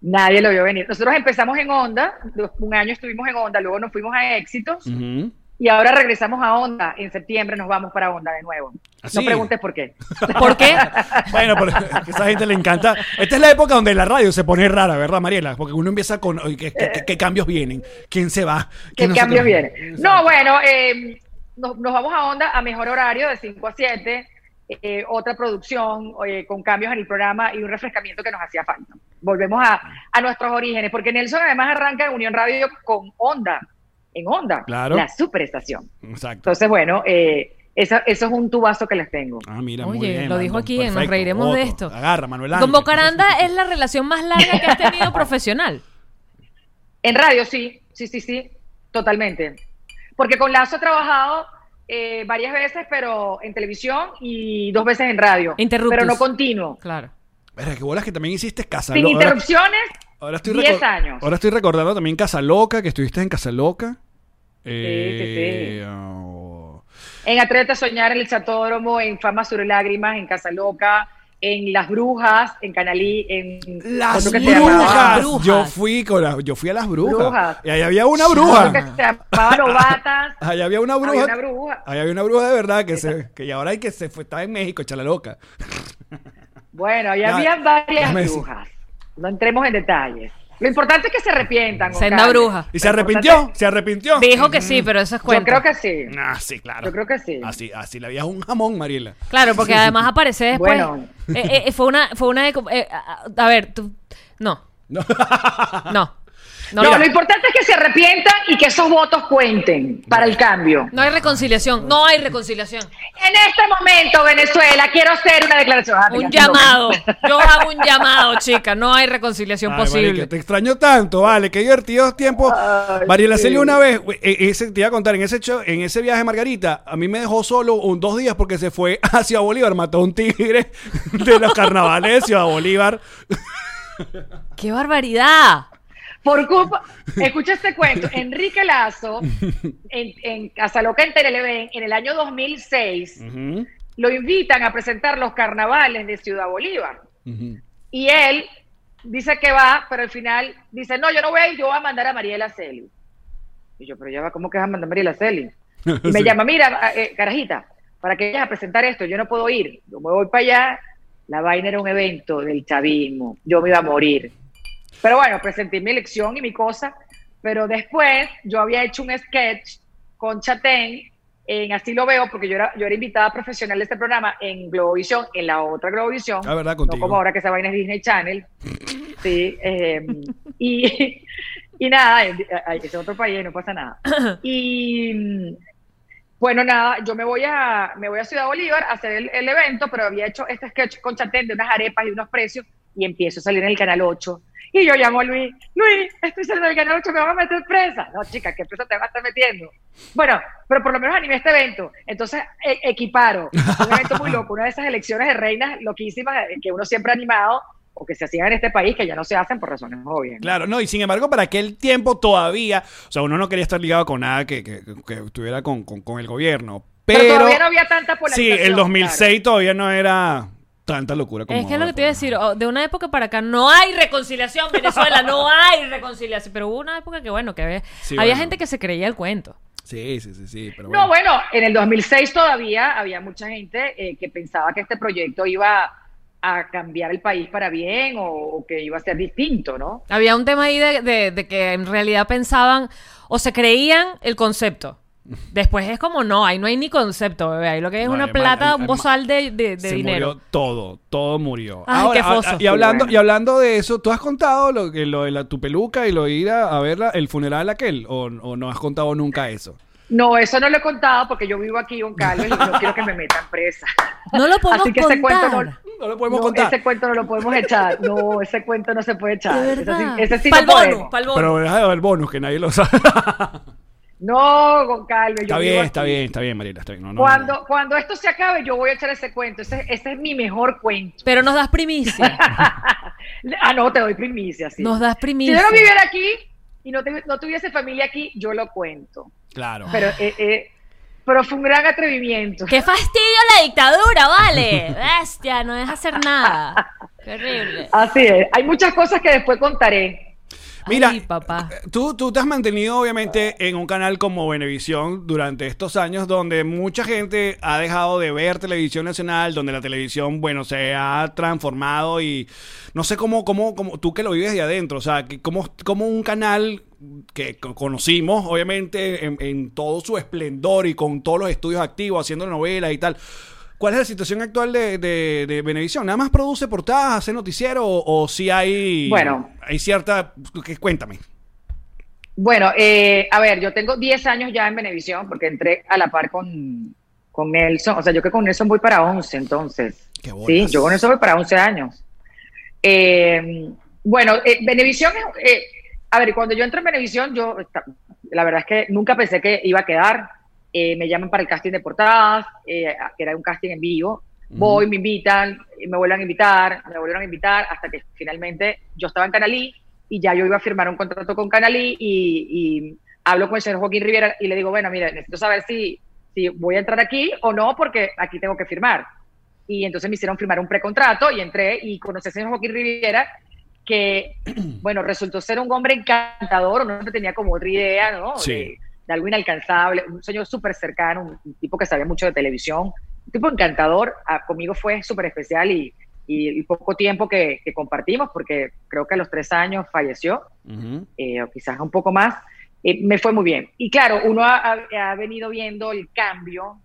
Nadie lo vio venir. Nosotros empezamos en Onda, un año estuvimos en Onda, luego nos fuimos a Éxitos Ujú. Y ahora regresamos a Onda. En septiembre nos vamos para Onda de nuevo. ¿Ah, No sí? preguntes por qué. ¿Por qué? Bueno, pero a esa gente le encanta. Esta es la época donde la radio se pone rara, ¿verdad, Mariela? Porque uno empieza con "Oye, ¿qué, qué- qué- qué cambios vienen, quién se va. ¿Qué ¿Quién no se cambios tra- vienen? No, bueno, eh, nos, nos vamos a Onda a mejor horario de 5 a 7. eh, otra producción eh, con cambios en el programa y un refrescamiento que nos hacía falta. Volvemos a, a nuestros orígenes, porque Nelson además arranca en Unión Radio con Onda, en Onda, Claro. la superestación. Exacto. Entonces, bueno, eh, esa- eso es un tubazo que les tengo. Ah, mira, muy Oye, bien, lo dijo Brandon. aquí, nos Perfecto. reiremos de Otro. esto. Agarra, Manuel Con Ángel. Bocaranda es la relación más larga que has tenido profesional. En radio, sí, sí, sí, sí, totalmente. Porque con Lazo he trabajado eh, varias veces, pero en televisión y dos veces en radio. Interruptus. Pero no continuo. Claro. Verga, qué bolas que también hiciste casa. Sin Lo- ahora- interrupciones, Ahora estoy 10 recor- años. Ahora estoy recordando también Casa Loca, que estuviste en Casa Loca. Eh, sí, oh. en Atrévete a Soñar, en El Chatódromo, en Fama sobre Lágrimas, en Casa Loca, en Las Brujas, en Canalí, en... Las otro que se llamaba- brujas. Brujas. Yo fui con la- yo fui a las brujas. Brujas. Y ahí había una otro que bruja. se llamaba Novatas. Ahí había una bruja. Había una bruja. Ahí había una bruja de verdad que se que y ahora hay que se fue estaba en México, chala loca. Bueno, ahí Ya- había ya varias me- brujas. No entremos en detalles. Lo importante es que se arrepientan. Senda Oscar. bruja. ¿Y se Lo importante- arrepintió? ¿Se arrepintió? Dijo que sí, pero eso es Yo cuento. creo que sí. Ah, sí, claro. Yo creo que sí. Así así la vieja es un jamón, Mariela. Claro, porque además aparece después. Bueno. Eh, eh, fue una, fue una de- eh, a, a ver, tú, no, No. no, no, No, no, lo importante es que se arrepientan y que esos votos cuenten para el cambio. No hay reconciliación, no hay reconciliación. En este momento, Venezuela, quiero hacer una declaración. Ah, Un mira, no. llamado, yo hago un llamado, chica, no hay reconciliación Ay, posible. marica, te extraño tanto, vale, qué divertidos tiempos. Mariela Celia una vez, güey, e- ese, te iba a contar, en ese, show- en ese viaje Margarita, a mí me dejó solo un, dos días porque se fue [LAUGHS] hacia Bolívar, mató a un tigre [LAUGHS] de los carnavales de Ciudad Bolívar. ¡Qué barbaridad! Por culpa, escucha este cuento. Enrique Lazo, en, en Casaloca en Televen, en el año 2006, lo invitan a presentar los carnavales de Ciudad Bolívar. Y él dice que va, pero al final dice, no, yo no voy a ir, yo voy a mandar a Mariela Celi. Y yo, pero ya va, ¿cómo que vas a mandar a Mariela Celi? Y me Sí. llama, mira, eh, carajita, para que vayas a presentar esto, yo no puedo ir, yo me voy para allá. La vaina era un evento del chavismo, yo me iba a morir. Pero bueno, presenté mi elección y mi cosa, pero después yo había hecho un sketch con Chatén, en Así lo veo, porque yo era, yo era invitada profesional de este programa en Globovisión, en la otra Globovisión. Ah, ¿verdad? No Contigo. como ahora que esa vaina es Disney Channel. Sí, eh, y, [LAUGHS] y nada, eh, ay, es otro país, no [CLEARS THROAT] pasa nada. Y mm, bueno, nada, yo me voy a, me voy a Ciudad Bolívar a hacer el, el evento, pero había hecho este sketch con Chatén de unas arepas y unos precios y empiezo a salir en el Canal 8. Y yo llamo a Luis, Luis, estoy saliendo del Canal 8, me van a meter presa. No, chica, ¿qué presa te van a estar metiendo? Bueno, pero por lo menos animé este evento. Entonces, e- equiparo. Un evento muy loco, una de esas elecciones de reinas loquísimas eh, que uno siempre ha animado o que se hacían en este país, que ya no se hacen por razones obvias. ¿no? Claro, no, y sin embargo, para aquel tiempo todavía, o sea, uno no quería estar ligado con nada que, que- que estuviera con, con- con el gobierno. Pero, Pero, todavía no había tanta Sí, polarización. el 2006 todavía no era tanta locura como Es que es lo ahora, que te iba a pues. decir, oh, de una época para acá no hay reconciliación, Venezuela, no hay reconciliación. Pero hubo una época que, bueno, que había, Sí, había bueno. gente que se creía el cuento. Sí, sí, sí, sí. Pero No, bueno, en el 2006 todavía había mucha gente eh, que pensaba que este proyecto iba a cambiar el país para bien o, o que iba a ser distinto, ¿no? Había un tema ahí de, de- de que en realidad pensaban o se creían el concepto. Después es como, no, ahí no hay ni concepto, bebé. Ahí lo que hay es No, una además, plata, además, un bozal de, de- de se dinero. murió todo, todo murió. Ay, qué foso. a- y hablando, Sí, bueno. y hablando de eso, ¿tú has contado lo, que- lo de la, tu peluca y lo de ir a, a ver la- el funeral aquel? ¿O, o no has contado nunca eso? No, eso no lo he contado porque yo vivo aquí en Carlos y no quiero que me metan presa. [LAUGHS] No lo podemos Así que ese cuento contar. no- No lo podemos No, contar. Ese cuento no lo podemos echar. No, ese cuento no se puede echar. De Ese sí- verdad. Ese sí, Pa'l no bono, podemos. pa'l bono. Pero deja de ver bonus, que nadie lo sabe. No, Goncalves. yo está vivo bien, aquí. está bien, está bien, Mariela. Está bien. No, no, Cuando, no. cuando esto se acabe, yo voy a echar ese cuento. Ese, ese es mi mejor cuento. Pero nos das [LAUGHS] primicia. Ah, no, te doy primicia. Sí. Nos das si primicia. yo no viviera aquí y no, te- no tuviese familia aquí, yo lo cuento. Claro. Pero, eh, eh, pero fue un gran atrevimiento. ¡Qué fastidio la dictadura, vale! Bestia, no deja hacer nada. Qué horrible. Así es. Hay muchas cosas que después contaré. Mira, Ay, papá. Tú, tú te has mantenido obviamente en un canal como Venevisión durante estos años donde mucha gente ha dejado de ver televisión nacional, donde la televisión, bueno, se ha transformado y no sé cómo, cómo, cómo tú que lo vives de adentro, o sea, que cómo, cómo un canal que co- conocimos obviamente en, en todo su esplendor y con todos los estudios activos, haciendo novelas y tal. ¿Cuál es la situación actual de, de, de Venevisión? ¿Nada más produce portadas, hace noticiero o, o si hay... Bueno. Hay cierta... que- Cuéntame. Bueno, eh, a ver, yo tengo 10 años ya en Venevisión porque entré a la par con, con Nelson. O sea, yo que con Nelson voy para 11 entonces. Qué Sí, bolas. yo con Nelson voy para 11 años. Eh, bueno, eh, Venevisión es... eh, a ver, cuando yo entré en Venevisión, yo esta- la verdad es que nunca pensé que iba a quedar. Eh, me llaman para el casting de portadas, eh, a- que era un casting en vivo. Voy, me invitan, eh, me vuelven a invitar, me vuelven a invitar, hasta que finalmente yo estaba en Canalí y ya yo iba a firmar un contrato con Canalí y, y hablo con el señor Joaquín Rivera y le digo, bueno, mira, necesito saber si, si voy a entrar aquí o no, porque aquí tengo que firmar. Y entonces me hicieron firmar un precontrato y entré y conocí al señor Joaquín Riviera, que, bueno, resultó ser un hombre encantador, no tenía como otra idea, ¿no? Sí. De, de algo inalcanzable, un señor súper cercano, un, un tipo que sabía mucho de televisión, un tipo encantador, ah, conmigo fue súper especial y, y el poco tiempo que, que compartimos, porque creo que a los tres años falleció, Ujú. eh, o quizás un poco más, eh, me fue muy bien. Y claro, uno ha, ha- ha venido viendo el cambio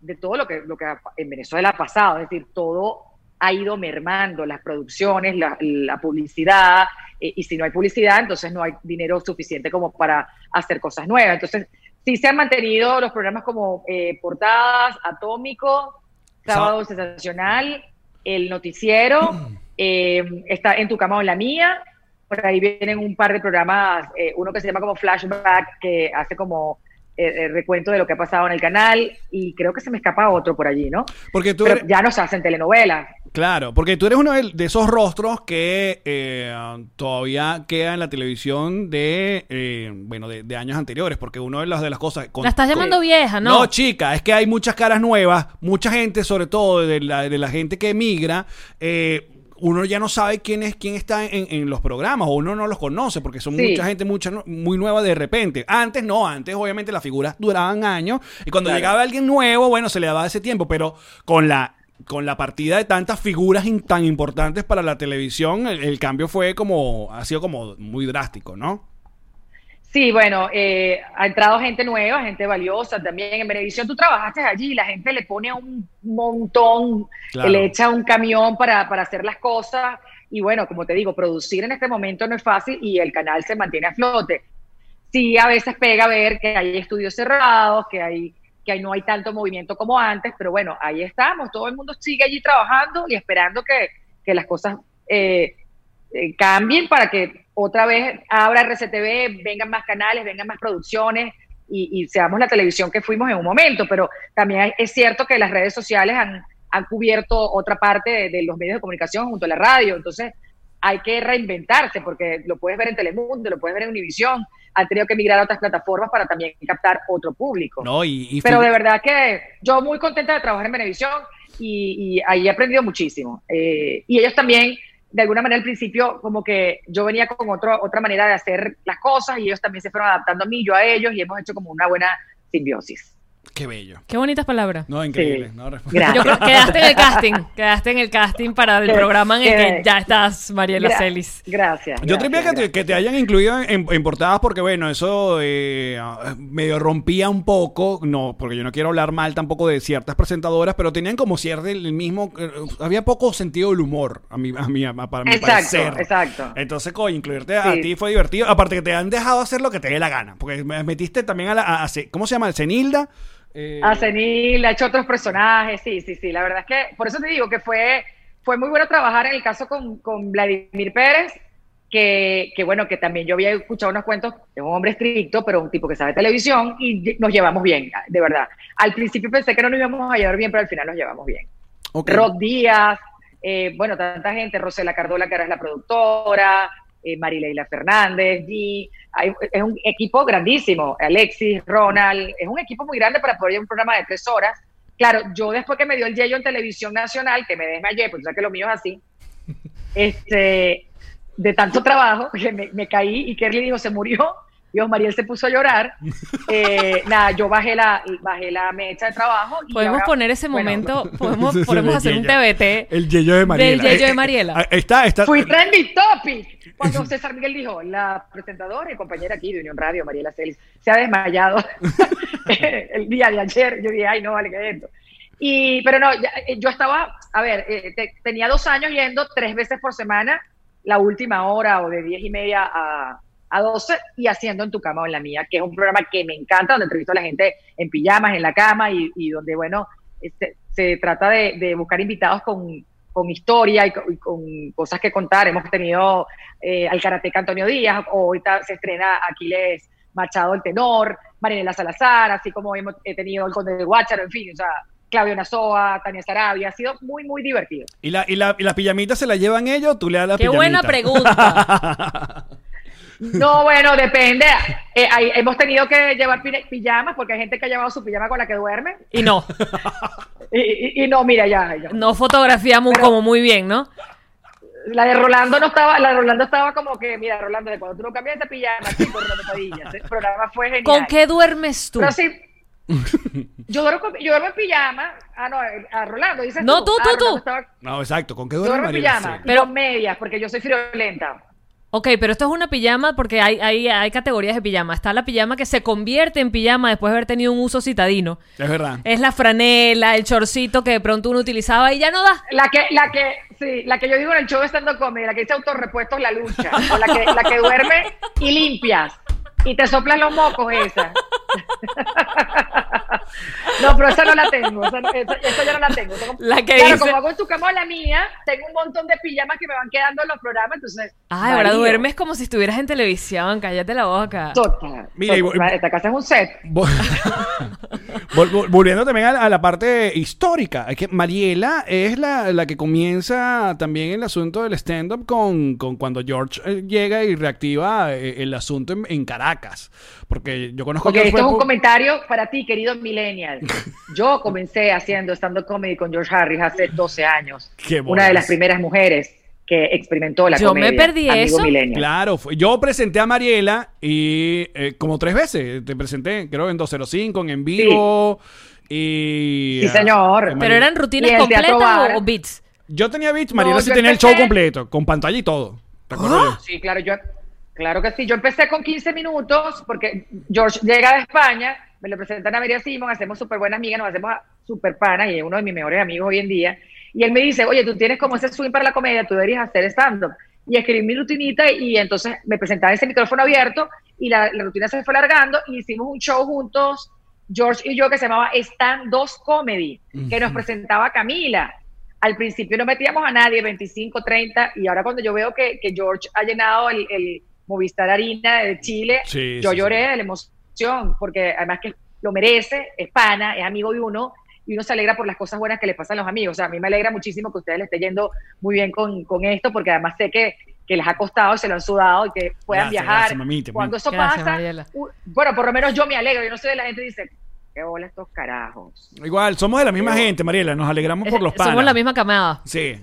de todo lo que, lo que ha- en Venezuela ha pasado, es decir, todo ha ido mermando, las producciones, la, la publicidad, eh, y si no hay publicidad, entonces no hay dinero suficiente como para hacer cosas nuevas. Entonces, sí se han mantenido los programas como eh, Portadas, Atómico, Sábado Sensacional, El [CLEARS THROAT] Noticiero, eh, está En tu cama o en la mía, por ahí vienen un par de programas, eh, uno que se llama como Flashback, que hace como eh, eh, recuento de lo que ha pasado en el canal, y creo que se me escapa otro por allí, ¿no? Porque tú Pero eres- ya no se hacen telenovelas. claro, porque tú eres uno de, de esos rostros que eh, todavía queda en la televisión de, eh, bueno, de, de años anteriores, porque uno de las de las cosas con- La estás llamando eh, vieja, ¿no? No, chica, es que hay muchas caras nuevas, mucha gente, sobre todo de la, de la gente que emigra, eh, uno ya no sabe quién es quién está en, en los programas, o uno no los conoce, porque son Sí. mucha gente mucha, nu- muy nueva de repente. Antes no, antes obviamente las figuras duraban años, y cuando Claro. llegaba alguien nuevo, bueno, se le daba ese tiempo, pero con la con la partida de tantas figuras in- tan importantes para la televisión, el, el cambio fue como, ha sido como muy drástico, ¿no? Sí, bueno, eh, ha entrado gente nueva, gente valiosa también. En Benevisión tú trabajaste allí, la gente le pone un montón, Claro. le echa un camión para, para hacer las cosas. Y bueno, como te digo, producir en este momento no es fácil y el canal se mantiene a flote. Sí, a veces pega ver que hay estudios cerrados, que hay que ahí no hay tanto movimiento como antes, pero bueno, ahí estamos, todo el mundo sigue allí trabajando y esperando que, que las cosas eh, eh, cambien para que otra vez abra RCTV, vengan más canales, vengan más producciones y, y seamos la televisión que fuimos en un momento, pero también hay- es cierto que las redes sociales han, han cubierto otra parte de, de los medios de comunicación junto a la radio, entonces hay que reinventarse porque lo puedes ver en Telemundo, lo puedes ver en Univisión, han tenido que migrar a otras plataformas para también captar otro público. No, y, y Pero figu- de verdad que yo muy contenta de trabajar en Venevisión y, y ahí he aprendido muchísimo. Eh, y ellos también, de alguna manera al principio, como que yo venía con otro, otra manera de hacer las cosas y ellos también se fueron adaptando a mí, yo a ellos y hemos hecho como una buena [LAUGHS] simbiosis. qué bello. Qué bonitas palabras. No, increíble. Sí. No, resp- Yo Gracias. creo- quedaste en el casting. Quedaste en el casting para el Qué- programa en el qué- que ya estás, Mariela Gra- Celis. Gracias. Yo tripé que, gracias, te- que te hayan incluido en, en portadas porque, bueno, eso eh, medio rompía un poco, no, porque yo no quiero hablar mal tampoco de ciertas presentadoras, pero tenían como cierto el mismo, eh, había poco sentido del humor, a mí, a mí, a- para mi Exacto, parecer. exacto. Entonces, coño, incluirte a Sí. ti fue divertido. Aparte que te han dejado hacer lo que te dé la gana, porque me- metiste también a la, a- a Ce- ¿cómo se llama? Cenilda. Eh, A Cenil, ha hecho otros personajes, sí, sí, sí, la verdad es que, por eso te digo que fue, fue muy bueno trabajar en el caso con, con Vladimir Pérez, que, que bueno, que también yo había escuchado unos cuentos de un hombre estricto, pero un tipo que sabe televisión y nos llevamos bien, de verdad. Al principio pensé que no nos íbamos a llevar bien, pero al final nos llevamos bien. ok. Rob Díaz, eh, bueno, tanta gente, Rosela Cardola, que ahora es la productora, eh, Marileila Fernández, G, hay- es un equipo grandísimo, Alexis, Ronald, es un equipo muy grande para poder llevar un programa de tres horas. Claro, yo después que me dio el yello en Televisión Nacional, que me desmayé, pues ya que lo mío es así, este, de tanto trabajo [LAUGHS] que me, me caí y Kerly dijo, se murió. Dios, Mariel se puso a llorar. Eh, nada, yo bajé la, bajé la mecha de trabajo. y Podemos ahora- poner ese bueno, momento, [LAUGHS] podemos, Ese es podemos el hacer un yeyo. TBT. El yeyo de Mariela. Del yeyo de Eh, Mariela. eh, Está, está. Fui trending topic. Cuando César Miguel dijo, la presentadora y compañera aquí de Unión Radio, Mariela Celis, se ha desmayado [LAUGHS] el día de ayer. Yo dije, ay, no, vale, que esto. Y, pero no, ya, eh, yo estaba, a ver, eh, te- tenía dos años yendo tres veces por semana, la última hora o de diez y media a, a 12 y haciendo en tu cama o en la mía, que es un programa que me encanta, donde entrevisto a la gente en pijamas, en la cama y, y donde, bueno, este, se trata de, de buscar invitados con, con historia y co- y con, cosas que contar. Hemos tenido eh, al karateca Antonio Díaz, o ahorita se estrena Aquiles Machado el tenor, Marinela Salazar, así como hemos he tenido el Conde de Guácharo, en fin, o sea, Claudio Nazoa, Tania Sarabia, ha sido muy, muy divertido. ¿Y, la, y, la, y la pijamita se la llevan ellos, tú le das la Qué pijamita. buena pregunta. [LAUGHS] No, bueno, depende. Eh, hay- hemos tenido que llevar pi- pijamas porque hay gente que ha llevado su pijama con la que duerme. Y no, Y, y- y no, mira, ya, ya. no fotografiamos como muy bien, ¿no? La de Rolando no estaba, la de Rolando estaba como que, mira, Rolando, de cuando tú no cambias esa pijama, chico, Rolando Padilla. El programa fue genial. ¿Con qué duermes tú? Pero sí. Yo duermo, con- yo duermo en pijama. Ah, no, a Rolando, dices No, tú, Ah, tú, Rolando tú. estaba- No, exacto. ¿Con qué yo duerme duermo en Mariela? pijama. Sí. Pero Pero- con medias, porque yo soy friolenta. Ok, pero esto es una pijama porque hay, hay, hay categorías de pijama. Está la pijama que se convierte en pijama después de haber tenido un uso citadino. Es verdad. Eh. Es la franela, el chorcito que de pronto uno utilizaba y ya no da. La que, la que, sí, la que yo digo en el show de stand comedy, la que dice autorrepuestos la lucha, o la que, la que duerme y limpias, y te soplan los mocos esa. [LAUGHS] No, pero esa no la tengo, esa, no- esa- esa yo no la tengo. Tengo- La que claro, dice- como hago en tu cama o la mía, tengo un montón de pijamas que me van quedando en los programas, entonces. Ay, ahora varío. duermes como si estuvieras en televisión. Cállate la boca. Total. Mira, y Total. vo- esta casa es un set. Vol- [LAUGHS] vol- vol- Volviendo también a la, a la parte histórica, es que Mariela es la, la que comienza también el asunto del stand-up con, con cuando George eh, llega y reactiva eh, el asunto en, en Caracas. Porque yo conozco Ok, a George esto es fue un por- comentario para ti, [LAUGHS] querido millennial. Yo comencé haciendo stand-up comedy con George Harris hace 12 años. Qué una bolas. de las primeras mujeres que experimentó la Yo comedia. me perdí amigo eso. millennial. Claro, fue- yo presenté a Mariela y eh, como tres veces te presenté, creo en 205, en en vivo. Y, Sí, señor. en Mariela. Pero eran rutinas Y el teatro completas bar. o, o beats. Yo tenía Beach, Mariela No, sí yo ¿Ah? tenía empecé- el show completo, con pantalla y todo. ¿Te acuerdas? Sí, claro, yo, claro que sí. Yo empecé con 15 minutos porque George llega de España, me lo presentan a María Simón, hacemos súper buenas amigas, nos hacemos súper panas y es uno de mis mejores amigos hoy en día. Y él me dice, oye, tú tienes como ese swing para la comedia, tú deberías hacer stand-up. Y escribí mi rutinita y entonces me presentaba ese micrófono abierto y la, la rutina se fue alargando y hicimos un show juntos, George y yo, que se llamaba Stand 2 Comedy, que nos presentaba Camila. Al principio no metíamos a nadie, 25, 30, y ahora cuando yo veo que, que George ha llenado el, el Movistar Harina de Chile, Sí, sí, yo sí. lloré de la emoción, porque además que lo merece, es pana, es amigo de uno, y uno se alegra por las cosas buenas que le pasan a los amigos. O sea, a mí me alegra muchísimo que a ustedes les esté yendo muy bien con, con esto, porque además sé que, que les ha costado, se lo han sudado y que puedan Gracias, viajar. gracias, mamita, cuando eso Gracias, pasa, Mariela. u- bueno, por lo menos yo me alegro, yo no sé de la gente dice, qué bola estos carajos. Igual, somos de la misma gente, Mariela, nos alegramos por los panas. Somos la misma camada. Sí.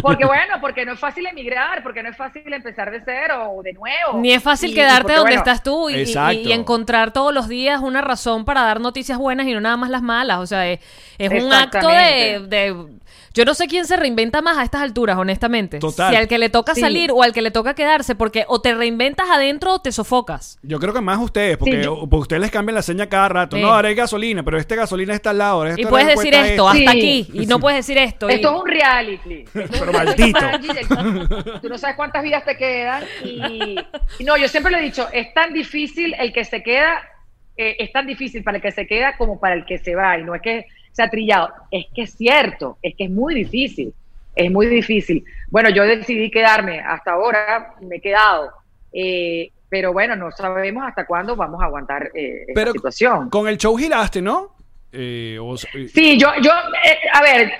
Porque bueno, porque no es fácil emigrar, porque no es fácil empezar de cero o de nuevo. Ni es fácil Y- quedarte porque, donde bueno, estás tú y, y- Exacto. y encontrar todos los días una razón para dar noticias buenas y no nada más las malas. O sea, es, es un acto de, Exactamente. de- Yo no sé quién se reinventa más a estas alturas, honestamente. Total. Si al que le toca Sí. salir o al que le toca quedarse, porque o te reinventas adentro o te sofocas. Yo creo que más ustedes, porque, Sí, yo- porque ustedes les cambian la seña cada rato. Sí. No, ahora hay gasolina, pero este gasolina está al lado. ahora y esto puedes ahora decir cuesta esto, esto. hasta Sí. aquí, y no puedes decir esto. y- Esto es un reality. Esto es un Pero ah. reality [LAUGHS] maldito. para Gigi. [LAUGHS] Tú no sabes cuántas vidas te quedan. Y, y no, yo siempre lo he dicho, es tan difícil el que se queda, eh, es tan difícil para el que se queda como para el que se va. Y no es que sea trillado, es que es cierto, es que es muy difícil. Es muy difícil. Bueno, yo decidí quedarme, hasta ahora me he quedado. Eh, pero bueno, no sabemos hasta cuándo vamos a aguantar eh, esta Pero situación. Con el show giraste, ¿no? Eh, o- eh, Sí, yo, yo, eh, a ver,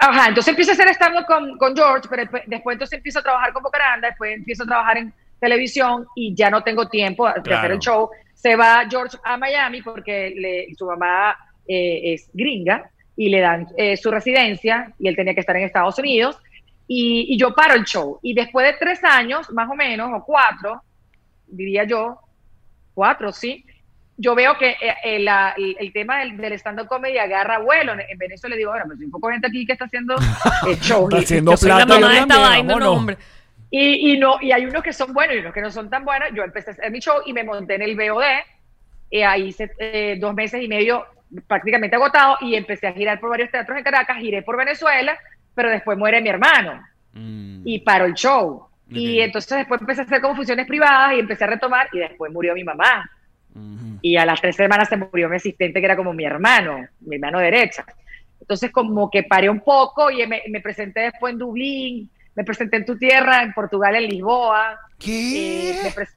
ajá, entonces empiezo a hacer stand con, con George, pero después, después entonces empiezo a trabajar con Bocaranda, después empiezo a trabajar en televisión y ya no tengo tiempo de Claro. hacer el show. Se va George a Miami porque le- su mamá eh, es gringa y le dan eh, su residencia y él tenía que estar en Estados Unidos. y, y yo paro el show. Y después de tres años, más o menos, o cuatro, diría yo, cuatro, sí, yo veo que eh, eh, la- el, el tema del, del stand-up comedy agarra vuelo. En, en Venezuela le digo, bueno, pues hay un poco de gente aquí que está [LAUGHS] haciendo eh, show. Está Y- haciendo Yo soy la plata. mamá yo de esta también, vaina, no, vámonos. hombre. y, y no, y hay unos que son buenos y unos que no son tan buenos. Yo empecé a hacer mi show y me monté en el BOD. eh, ahí hice eh, dos meses y medio prácticamente agotado y empecé a girar por varios teatros en Caracas, giré por Venezuela, pero después muere mi hermano Mm. y paró el show. Y Ok. entonces después empecé a hacer como funciones privadas y empecé a retomar y después murió mi mamá. Ujú. Y a las tres semanas se murió mi asistente, que era como mi hermano, mi mano derecha. Entonces, como que paré un poco y me, me presenté después en Dublín, me presenté en tu tierra, en Portugal, en Lisboa. eh, me ¿Qué? pres-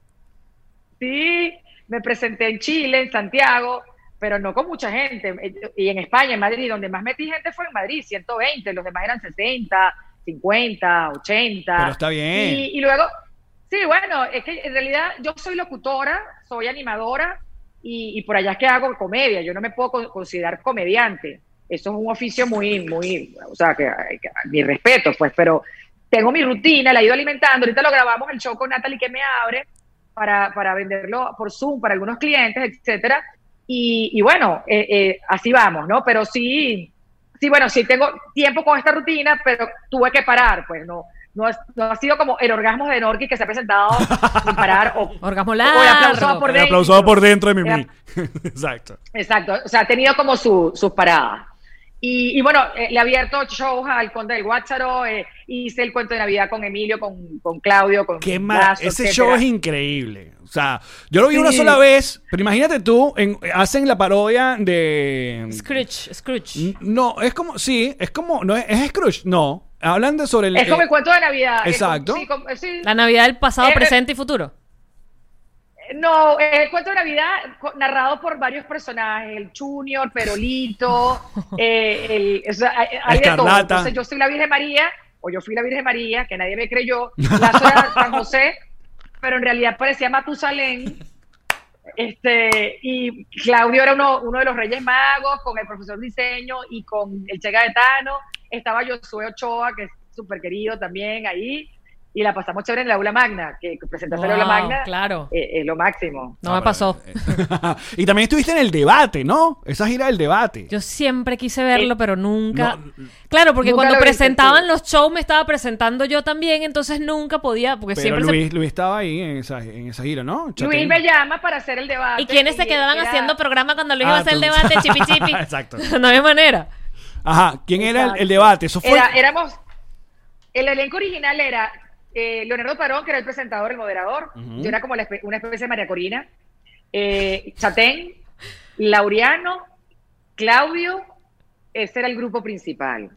sí, me presenté en Chile, en Santiago, pero no con mucha gente. Eh, Y en España, en Madrid, donde más metí gente fue en Madrid, 120, los demás eran 60, 50, 80. Pero está bien. Y, y luego, sí, bueno, es que en realidad yo soy locutora, soy animadora y, y por allá es que hago comedia. Yo no me puedo con- considerar comediante. Eso es un oficio muy, muy, o sea, que, que- mi respeto, pues, pero tengo mi rutina, la he ido alimentando. Ahorita lo grabamos el show con Natalie que me abre para, para venderlo por Zoom para algunos clientes, etcétera. Y, y bueno, eh, eh, así vamos, ¿no? Pero sí, sí, bueno, sí tengo tiempo con esta rutina, pero tuve que parar, pues no, no, es- no ha sido como el orgasmo de Norky que se ha presentado sin parar o, Orgasmo o el aplauso largo. por El dentro. aplausado por dentro de Mimi. Era- [LAUGHS] Exacto. Exacto, o sea, ha tenido como su- sus paradas. Y, y bueno, eh, le he abierto shows al Conde del Guácharo, eh, hice el cuento de Navidad con Emilio, con, con Claudio, con Qué mal. más Ese show es increíble. O sea, yo lo vi una Sí. sola vez, pero imagínate tú, en- hacen la parodia de. Scrooge, ¿Mm? Scrooge. No, es como, sí, es como, no es, es Scrooge, no. Hablan de sobre el. Es como el eh, cuento de Navidad. eh, exacto. con- sí, con- eh, sí. La Navidad del pasado, Eh, eh. presente y futuro. No, es el cuento de Navidad co- narrado por varios personajes, el Junior, Perolito, eh, el, o sea, hay, hay de todo. Escarlata. Entonces yo soy la Virgen María, o yo fui la Virgen María, que nadie me creyó, Lazo era San José, pero en realidad parecía Matusalén, este, y Claudio era uno, uno de los Reyes Magos, con el profesor Diseño y con el Che Gaetano, estaba Josué Ochoa, que es súper querido también ahí, y la pasamos chévere en la aula magna, que presentaste la aula Wow, magna claro. eh, eh, lo máximo. No me pasó. Ah, eh, [LAUGHS] y también estuviste en el debate, ¿no? Esa gira del debate. Yo siempre quise verlo, pero nunca. No, claro, porque Eh. Nunca cuando lo viste, presentaban sí. los shows me estaba presentando yo también, entonces nunca podía, porque pero siempre se- Luis, Luis estaba ahí en esa, en esa gira, ¿no? Luis Chatein. me llama para hacer el debate. ¿Y quiénes se quedaban era- haciendo programa cuando Luis iba a Ah, hacer el tú- debate? Chipi [LAUGHS] chipi. [LAUGHS] [LAUGHS] Exacto. no había manera. Ajá, ¿quién era el, el debate? Eso fue. Era- éramos. El elenco original era eh, Leonardo Parón, que era el presentador, el moderador. Ujú. Yo era como la espe- una especie de María Corina. Eh, Chatén, Laureano, Claudio. Ese era el grupo principal.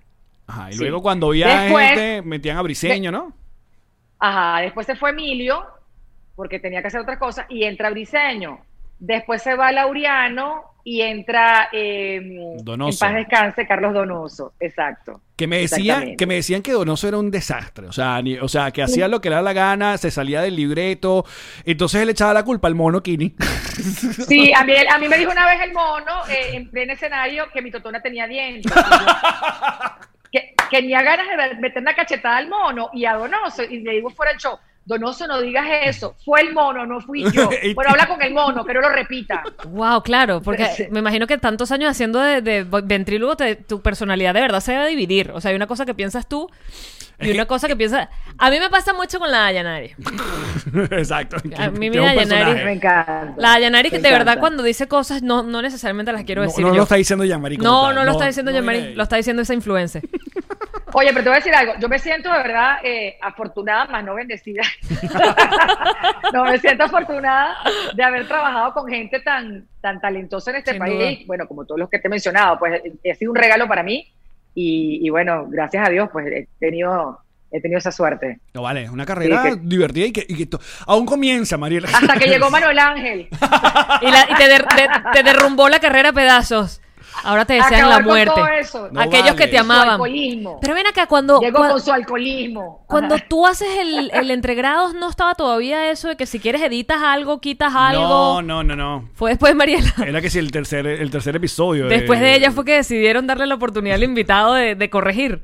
Ajá, y sí. luego cuando había Después- gente, metían a Briseño, ¿no? Ajá, después se fue Emilio, porque tenía que hacer otras cosas, y entra Briseño. Después se va Laureano y entra eh, Donoso. en paz descanse Carlos Donoso, exacto. Que me, decían, Exactamente. que me decían que Donoso era un desastre, o sea, ni- o sea que hacía lo que le daba la gana, se salía del libreto, entonces él echaba la culpa al mono Kini. [LAUGHS] Sí, a mí, a mí me dijo una vez el mono eh, en pleno escenario que mi totona [LAUGHS] tenía dientes. Y yo- que, que tenía ganas de ver- meter una cachetada al mono y a Donoso, y le digo fuera el show. Donoso, no digas eso. Fue el mono, no fui yo. [LAUGHS] Y- Bueno, habla con el mono, pero lo repita. Wow, claro, [LAUGHS] Sí. porque me imagino que tantos años haciendo de, de ventrílogo, te- tu personalidad de verdad se debe dividir. O sea, hay una cosa que piensas tú y una eh, cosa que piensas. A mí me pasa mucho con la Dayanari. Exacto. A Que- mí me que es un da llenar y- personaje. Me encanta. La Dayanari que Me de verdad encanta. cuando dice cosas no, no necesariamente las quiero No, decir no yo. lo está diciendo Jean-Marie. como no, tal, no lo está diciendo no eh, Jean-Marie, viene de lo está diciendo esa influencer. Oye, pero te voy a decir algo. Yo me siento de verdad eh, afortunada, más [LAUGHS] no bendecida. no, me siento afortunada de haber trabajado con gente tan, tan talentosa en este Sin país. Bueno, como todos los que te he mencionado, pues eh, ha sido un regalo para mí. Y, y bueno, gracias a Dios, pues he tenido, he tenido esa suerte. No, vale, es una carrera Sí, que- divertida y que, y que to- aún comienza, Mariela. [LAUGHS] Hasta que llegó [LAUGHS] Manuel Ángel. Y, la- y te, der- te- te derrumbó la carrera a pedazos. Ahora te desean Acabar la muerte. Con todo eso. No Aquellos vale. que Su te Su amaban. alcoholismo. Pero ven acá, cuando, Llegó cua- con su alcoholismo. cuando Ajá. tú haces el, el entregrados, no estaba todavía eso de que si quieres editas algo, quitas algo. No, no, no, no. Fue después de Mariela. [LAUGHS] Era que si el tercer, el tercer episodio. Después de ella fue que decidieron darle la oportunidad al invitado de, de corregir.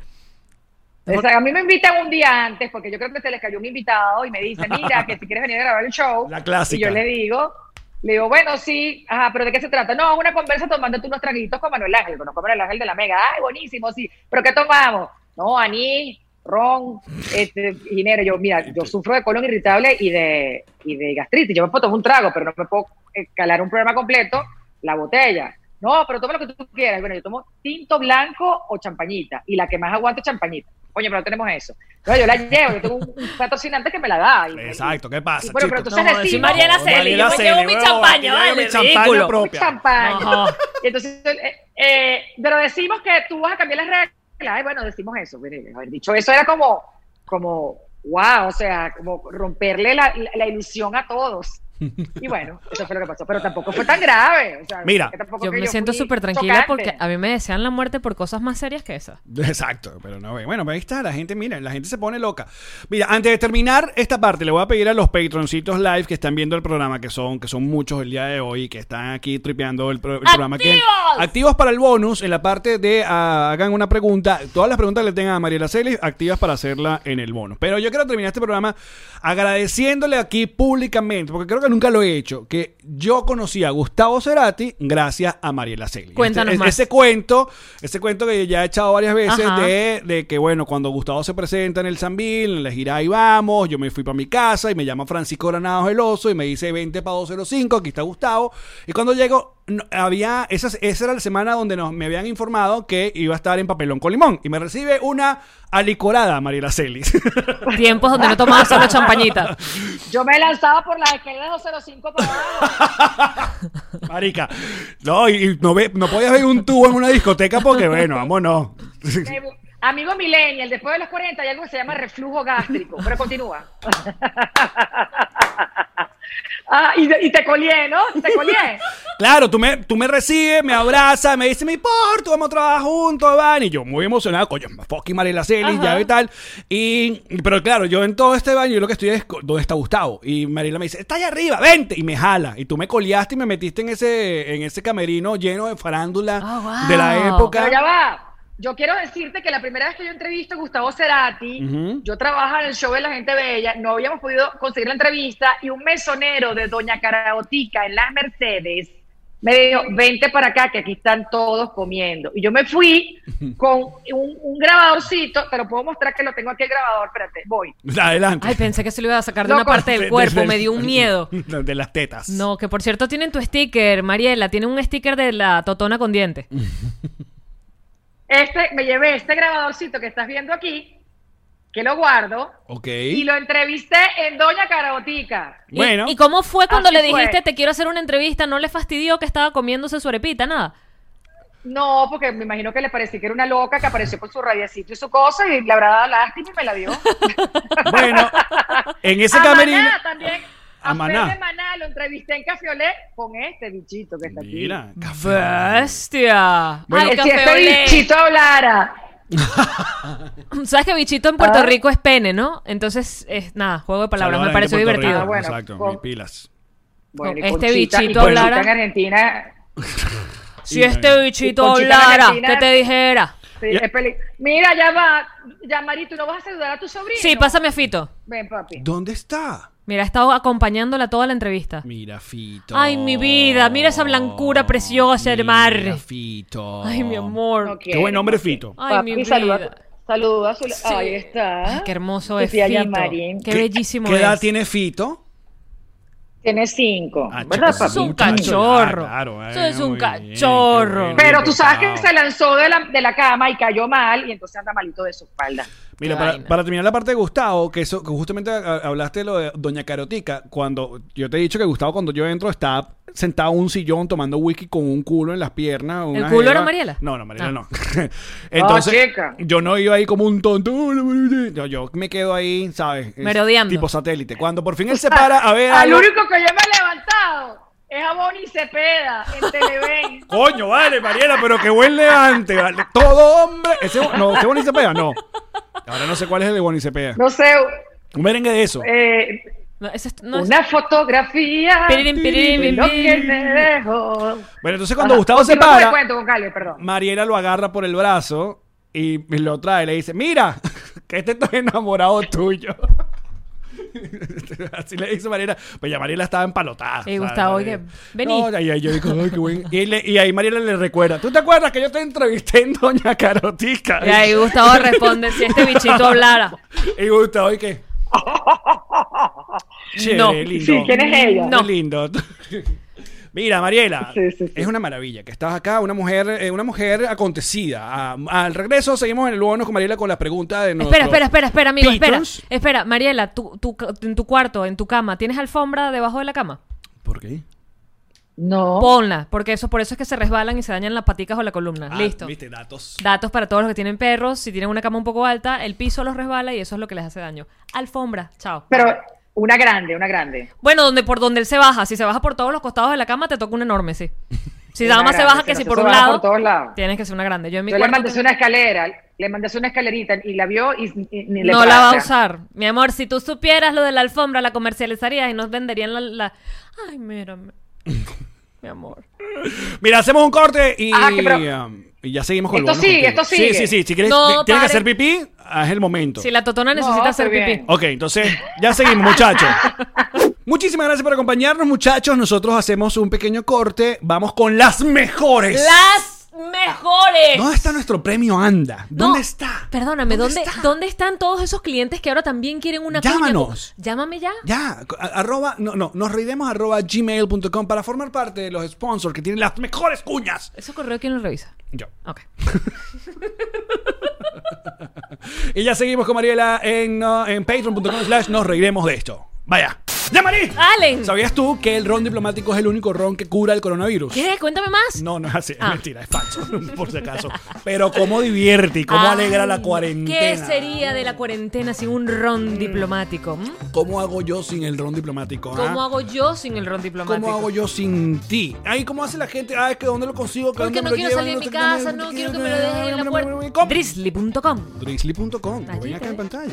O sea, a mí me invitan un día antes, porque yo creo que se les cayó un invitado y me dice, mira, que si quieres venir a grabar el show. La clásica. Y yo le digo, le digo, bueno, sí, ajá, pero ¿de qué se trata? No, una conversa tomando tú unos traguitos con Manuel Ángel, conozco a Manuel Ángel de la Mega. Ay, buenísimo, sí. ¿Pero qué tomamos? No, anís, ron, este, ginebra. Yo, mira, yo sufro de colon irritable y de, y de gastritis. Yo me puedo tomar un trago, pero no me puedo eh, calar un programa completo, la botella. No, pero toma lo que tú quieras. Bueno, yo tomo tinto blanco o champañita. Y la que más aguanto es champañita. Oye, pero no tenemos eso. No, yo la llevo, yo tengo un, un patrocinante que me la da. y- Exacto, ¿qué y pasa? bueno, pero chico? entonces No, decimos- si Mariela Celi, Mariela yo me Celi, llevo mi huevón, champaña, yo llevo vale, mi champaña ridículo. propia. champaña. Ajá. Y entonces, eh, eh, pero decimos que tú vas a cambiar las reglas. Ay, bueno, decimos eso. Bueno, haber dicho eso era como, como, wow, o sea, como romperle la, la- la ilusión a todos. Y bueno, eso fue lo que pasó. Pero tampoco fue tan grave. o sea, Mira, que tampoco Yo que me siento fui súper tranquila chocante. porque ah, a mí me desean la muerte por cosas más serias que esas. [LAUGHS] Exacto, pero no ve. Bueno, pero ahí está, la gente, mira, la gente se pone loca. Mira, antes de terminar esta parte, le voy a pedir a los patroncitos live que están viendo el programa, que son, que son muchos el día de hoy, que están aquí tripeando el, pro- el programa. que- activos para el bonus, en la parte de ah, hagan una pregunta. Todas las preguntas que le tengan a Mariela Celis, activas para hacerla en el bonus. Pero yo quiero terminar este programa agradeciéndole aquí públicamente, porque creo que nunca lo he hecho, que yo conocí a Gustavo Cerati gracias a Mariela Celis. Cuéntanos Este- más. Ese cuento, ese cuento que ya he echado varias veces Ajá. de de que, bueno, cuando Gustavo se presenta en el Sambil, en la gira ahí vamos, yo me fui para mi casa y me llama Francisco Granados el Oso y me dice 20 para 205, aquí está Gustavo. Y cuando llego, no- había, esa, esa era la semana donde nos, me habían informado que iba a estar en Papelón con Limón y me recibe una alicorada Mariela Celis. [LAUGHS] Tiempos donde no tomaba solo champañita. Yo me lanzaba por las escaleras 205 para abajo. Marica, no, y, y no, ve- no podías ver un tubo en una discoteca porque, bueno, vámonos. Me- Amigo Millennial, después de los 40 hay algo que se llama reflujo gástrico. Pero continúa. ah, y, y te colié, ¿no? Te colié. Claro, tú me, tú me recibes, me abrazas, me dices, me importa, vamos a trabajar juntos, van. Y yo muy emocionado, coño, fucking Mariela Celis, ya y tal. Y, pero claro, yo en todo este baño, yo lo que estoy es, co- ¿dónde está Gustavo? Y Mariela me dice, está allá arriba, vente. Y me jala. Y tú me coleaste y me metiste en ese, en ese camerino lleno de farándula Ah, wow. de la época. Pero ya va. Yo quiero decirte que la primera vez que yo entrevisto a Gustavo Cerati, Ujú. yo trabajaba en el show de la gente bella, no habíamos podido conseguir la entrevista y un mesonero de Doña Caraotica en las Mercedes me dijo, vente para acá que aquí están todos comiendo. Y yo me fui con un, un grabadorcito, te lo puedo mostrar que lo tengo aquí el grabador, espérate, voy. Adelante. Ay, pensé que se lo iba a sacar de No, una parte del cuerpo, me dio un miedo. [LAUGHS] De las tetas. No, que por cierto tienen tu sticker, Mariela, tiene un sticker de la totona con dientes. Este, me llevé este grabadorcito que estás viendo aquí, que lo guardo, Ok. y lo entrevisté en Doña Caraotica. ¿Y- Bueno. ¿Y, cómo fue cuando Así le dijiste fue. te quiero hacer una entrevista? ¿No le fastidió que estaba comiéndose su arepita? Nada. No, porque me imagino que le parecía que era una loca que apareció con su radiacito y su cosa y le habrá dado lástima y me [LAUGHS] la dio. Bueno, en [LAUGHS] ese a camerino. Maná también. A A, Maná. Maná. Maná lo entrevisté en Café Olé con este bichito que está aquí. Mira, Ah, Pues. ¡Bestia! Bueno, ¡Ay, si café este olé! bichito hablara. [LAUGHS] ¿Sabes que bichito en Puerto Ah. Rico es pene, no? Entonces, es, nada, juego de palabras, Saludos a me la gente pareció de Puerto divertido. Rico. Ah, bueno, Exacto, con- mi pilas. Bueno, y Este Conchita- y bichito Conchita hablara. en Argentina. Si este bichito Conchita hablara, Valentina. ¿qué te dijera? sí, Ya. es peli- Mira, ya va. Ya, Mari, ¿tú no vas a saludar a tu sobrino? Sí, pásame a Fito. Ven, papi. ¿Dónde está? Mira, he estado acompañándola toda la entrevista. Mira, Fito. Ay, mi vida, mira esa blancura preciosa del mar. Mira, Fito. Ay, mi amor. Ok. Qué buen hombre, Fito. Ay, mi Papi, vida. saluda, saluda a su... Ahí está. Ay, qué hermoso Tu es tía Fito. Yamari. Qué bellísimo ¿Qué es. edad tiene Fito? Tiene cinco. Ah, ¿Verdad, chico, papi? Es un muchacho. cachorro. Ah, claro, Eso eh, es un muy bien, cachorro. qué bueno, Pero tú sabes que Gustavo. se lanzó de la, de la cama y cayó mal y entonces anda malito de su espalda. Mira, Qué para, vaina. para terminar la parte de Gustavo, que eso que justamente ah, hablaste de lo de Doña Carotica, cuando yo te he dicho que Gustavo cuando yo entro está sentado en un sillón tomando whisky con un culo en las piernas. una culo jeva. era Mariela? No, no, Mariela Ah. [LAUGHS] no. Entonces, Ah, chica. yo no iba ahí como un tonto. Yo, yo me quedo ahí, ¿sabes? Es Merodeando. Tipo satélite. Cuando por fin [LAUGHS] él se para a ver Al algo- único que yo me he levantado es a Bonnie Cepeda en Televen. Coño, vale, Mariela, pero qué buen levante, vale. Todo hombre. Ese, no, ¿ese Bonnie Cepeda? No. Ahora no sé cuál es el de Bonnie Cepeda. [LAUGHS] No sé, Un merengue de eso. eh, No, ese es- no es- una fotografía Piririm, piririm, de lo que piririm. me dejo. Bueno, entonces cuando Ajá, Gustavo se continúa con el para, cuento, Juan Carlos, perdón. Mariela lo agarra por el brazo y lo trae y le dice, mira, [LAUGHS] que este está enamorado tuyo. [LAUGHS] Así le dice Mariela. Pues ya Mariela estaba empalotada. Y ¿sabes? Gustavo, oye, Mariela. vení. No, y ahí yo digo, "Ay, qué buen-". Y, le- y ahí Mariela le recuerda. ¿Tú te acuerdas que yo te entrevisté en Doña Carotica? Y ahí Gustavo responde, si este bichito [LAUGHS] hablara. Y Gustavo, ¿y qué? Chévere, [LAUGHS] No. lindo. Sí, ¿quién es ella? No. Muy lindo. [LAUGHS] Mira, Mariela, Sí, sí, sí. es una maravilla que estás acá, una mujer, eh, una mujer acontecida. Ah, al regreso seguimos en el bonus con Mariela con la pregunta de nuestro... Espera, espera, espera, espera, amigo, espera. Patrons. Espera, Mariela, tú, tú, en tu cuarto, en tu cama, ¿tienes alfombra debajo de la cama? ¿Por qué? No. Ponla, porque eso, por eso es que se resbalan y se dañan las paticas o la columna. Ah, Listo. Viste, datos. Datos para todos los que tienen perros, si tienen una cama un poco alta, el piso los resbala y eso es lo que les hace daño. Alfombra, chao. Pero una grande, una grande. Bueno, donde por donde él se baja, si se baja por todos los costados de la cama, te toca un enorme, sí. Si Una nada más se grande, baja que no, si eso por se un baja lado, por todos lados. tienes que ser una grande. Yo en mi Yo le cuarto mandé tengo- una escalera, le mandé una escalerita y la vio y, y- ni le no la va a pasa. usar. Mi amor, si tú supieras lo de la alfombra, la comercializarías y nos venderían la... la- Ay, mírame. Mi amor. Mira, hacemos un corte y, Ah, que pero- um, y ya seguimos con el Esto bonus sigue, contigo. esto sigue. Sí, sí, sí. Si quieres, No, tienes que pare. hacer pipí, haz el momento. Si la totona No, necesita hacer estoy pipí. bien. Ok, entonces ya seguimos, muchachos. [LAUGHS] Muchísimas gracias por acompañarnos, muchachos. Nosotros hacemos un pequeño corte. Vamos con las mejores. ¡Las mejores! ¿Dónde está nuestro premio Anda? No, ¿Dónde está? Perdóname, ¿dónde, está? ¿dónde están todos esos clientes que ahora también quieren una cuña? Llámanos. Llámame ya. Ya, a- arroba, no, no, nos reiremos arroba gmail.com para formar parte de los sponsors que tienen las mejores cuñas. ¿Eso correo quién lo revisa? Yo. Ok. Y ya seguimos con Mariela en, uh, en patreon.com slash nos reiremos de esto. Vaya. ¡Ya, Marí! ¡Allen! ¿Sabías tú que el ron diplomático es el único ron que cura el coronavirus? ¿Qué? Cuéntame más. No, no es así, Ah. es mentira, es falso, [LAUGHS] por si acaso. Pero cómo divierte y cómo Ay, alegra la cuarentena. Ah, ¿Qué sería de la cuarentena sin un ron diplomático? ¿m? ¿Cómo hago yo sin el ron diplomático? ah? ¿Cómo hago yo sin el ron diplomático? ¿Cómo hago yo sin ti? Ay, ¿cómo hace la gente? Ah, es que ¿dónde lo consigo? ¿Que Porque dónde no me lo quiero llevan? salir de mi sé qué, no casa, sé no qué, quiero que no, me lo no, dejen en no, la no, no, no, puerta. no. Drizzly.com. Drizzly.com, que Allí ven acá te- en pantalla.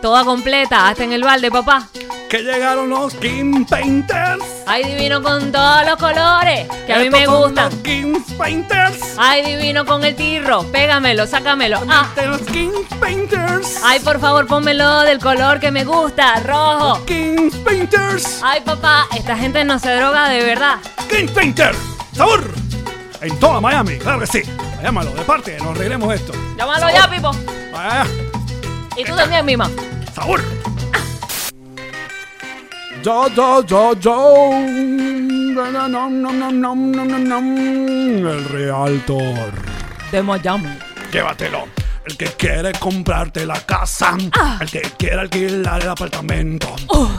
toda completa, hasta en el balde, papá. Que llegaron los King Painters. Ay, divino con todos los colores que a mí Estos me son gustan. Los King Painters. Ay, divino con el tirro. Pégamelo, sácamelo. Ah. De los King Painters. Ay, por favor, pónmelo del color que me gusta, rojo. King Painters. Ay, papá, esta gente no se droga de verdad. King Painter. Sabor. En toda Miami, claro que sí. Llámalo, de parte, nos reiremos de esto. Llámalo ya, Pipo. Ah, Y tú también, Mima. sabor. Yo, yo, yo, yo. No, no, no, no, no, no, no, no. El Realtor. De Miami. Llévatelo. El que quiere comprarte la casa. El que quiere alquilar el apartamento.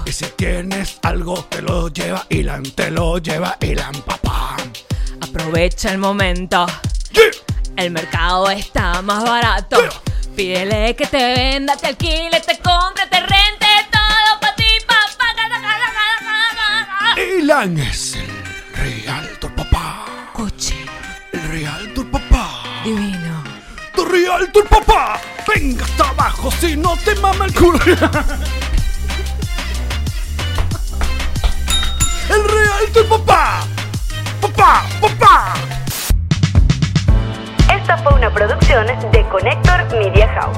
Y si tienes algo, te lo lleva Ilan. Te lo lleva Ilan, papá. Aprovecha el momento. El mercado está más barato. Pídele que te venda, te alquile, te compre, te rente todo para ti, papá. Eh. Ilan es el Realtor, papá. Coche El Realtor, papá. divino. Tu Realtor, papá. Venga hasta abajo si no te mama el culo. [LAUGHS] El Realtor, papá. Papá, papá. Esta fue una producción de Connector Media House.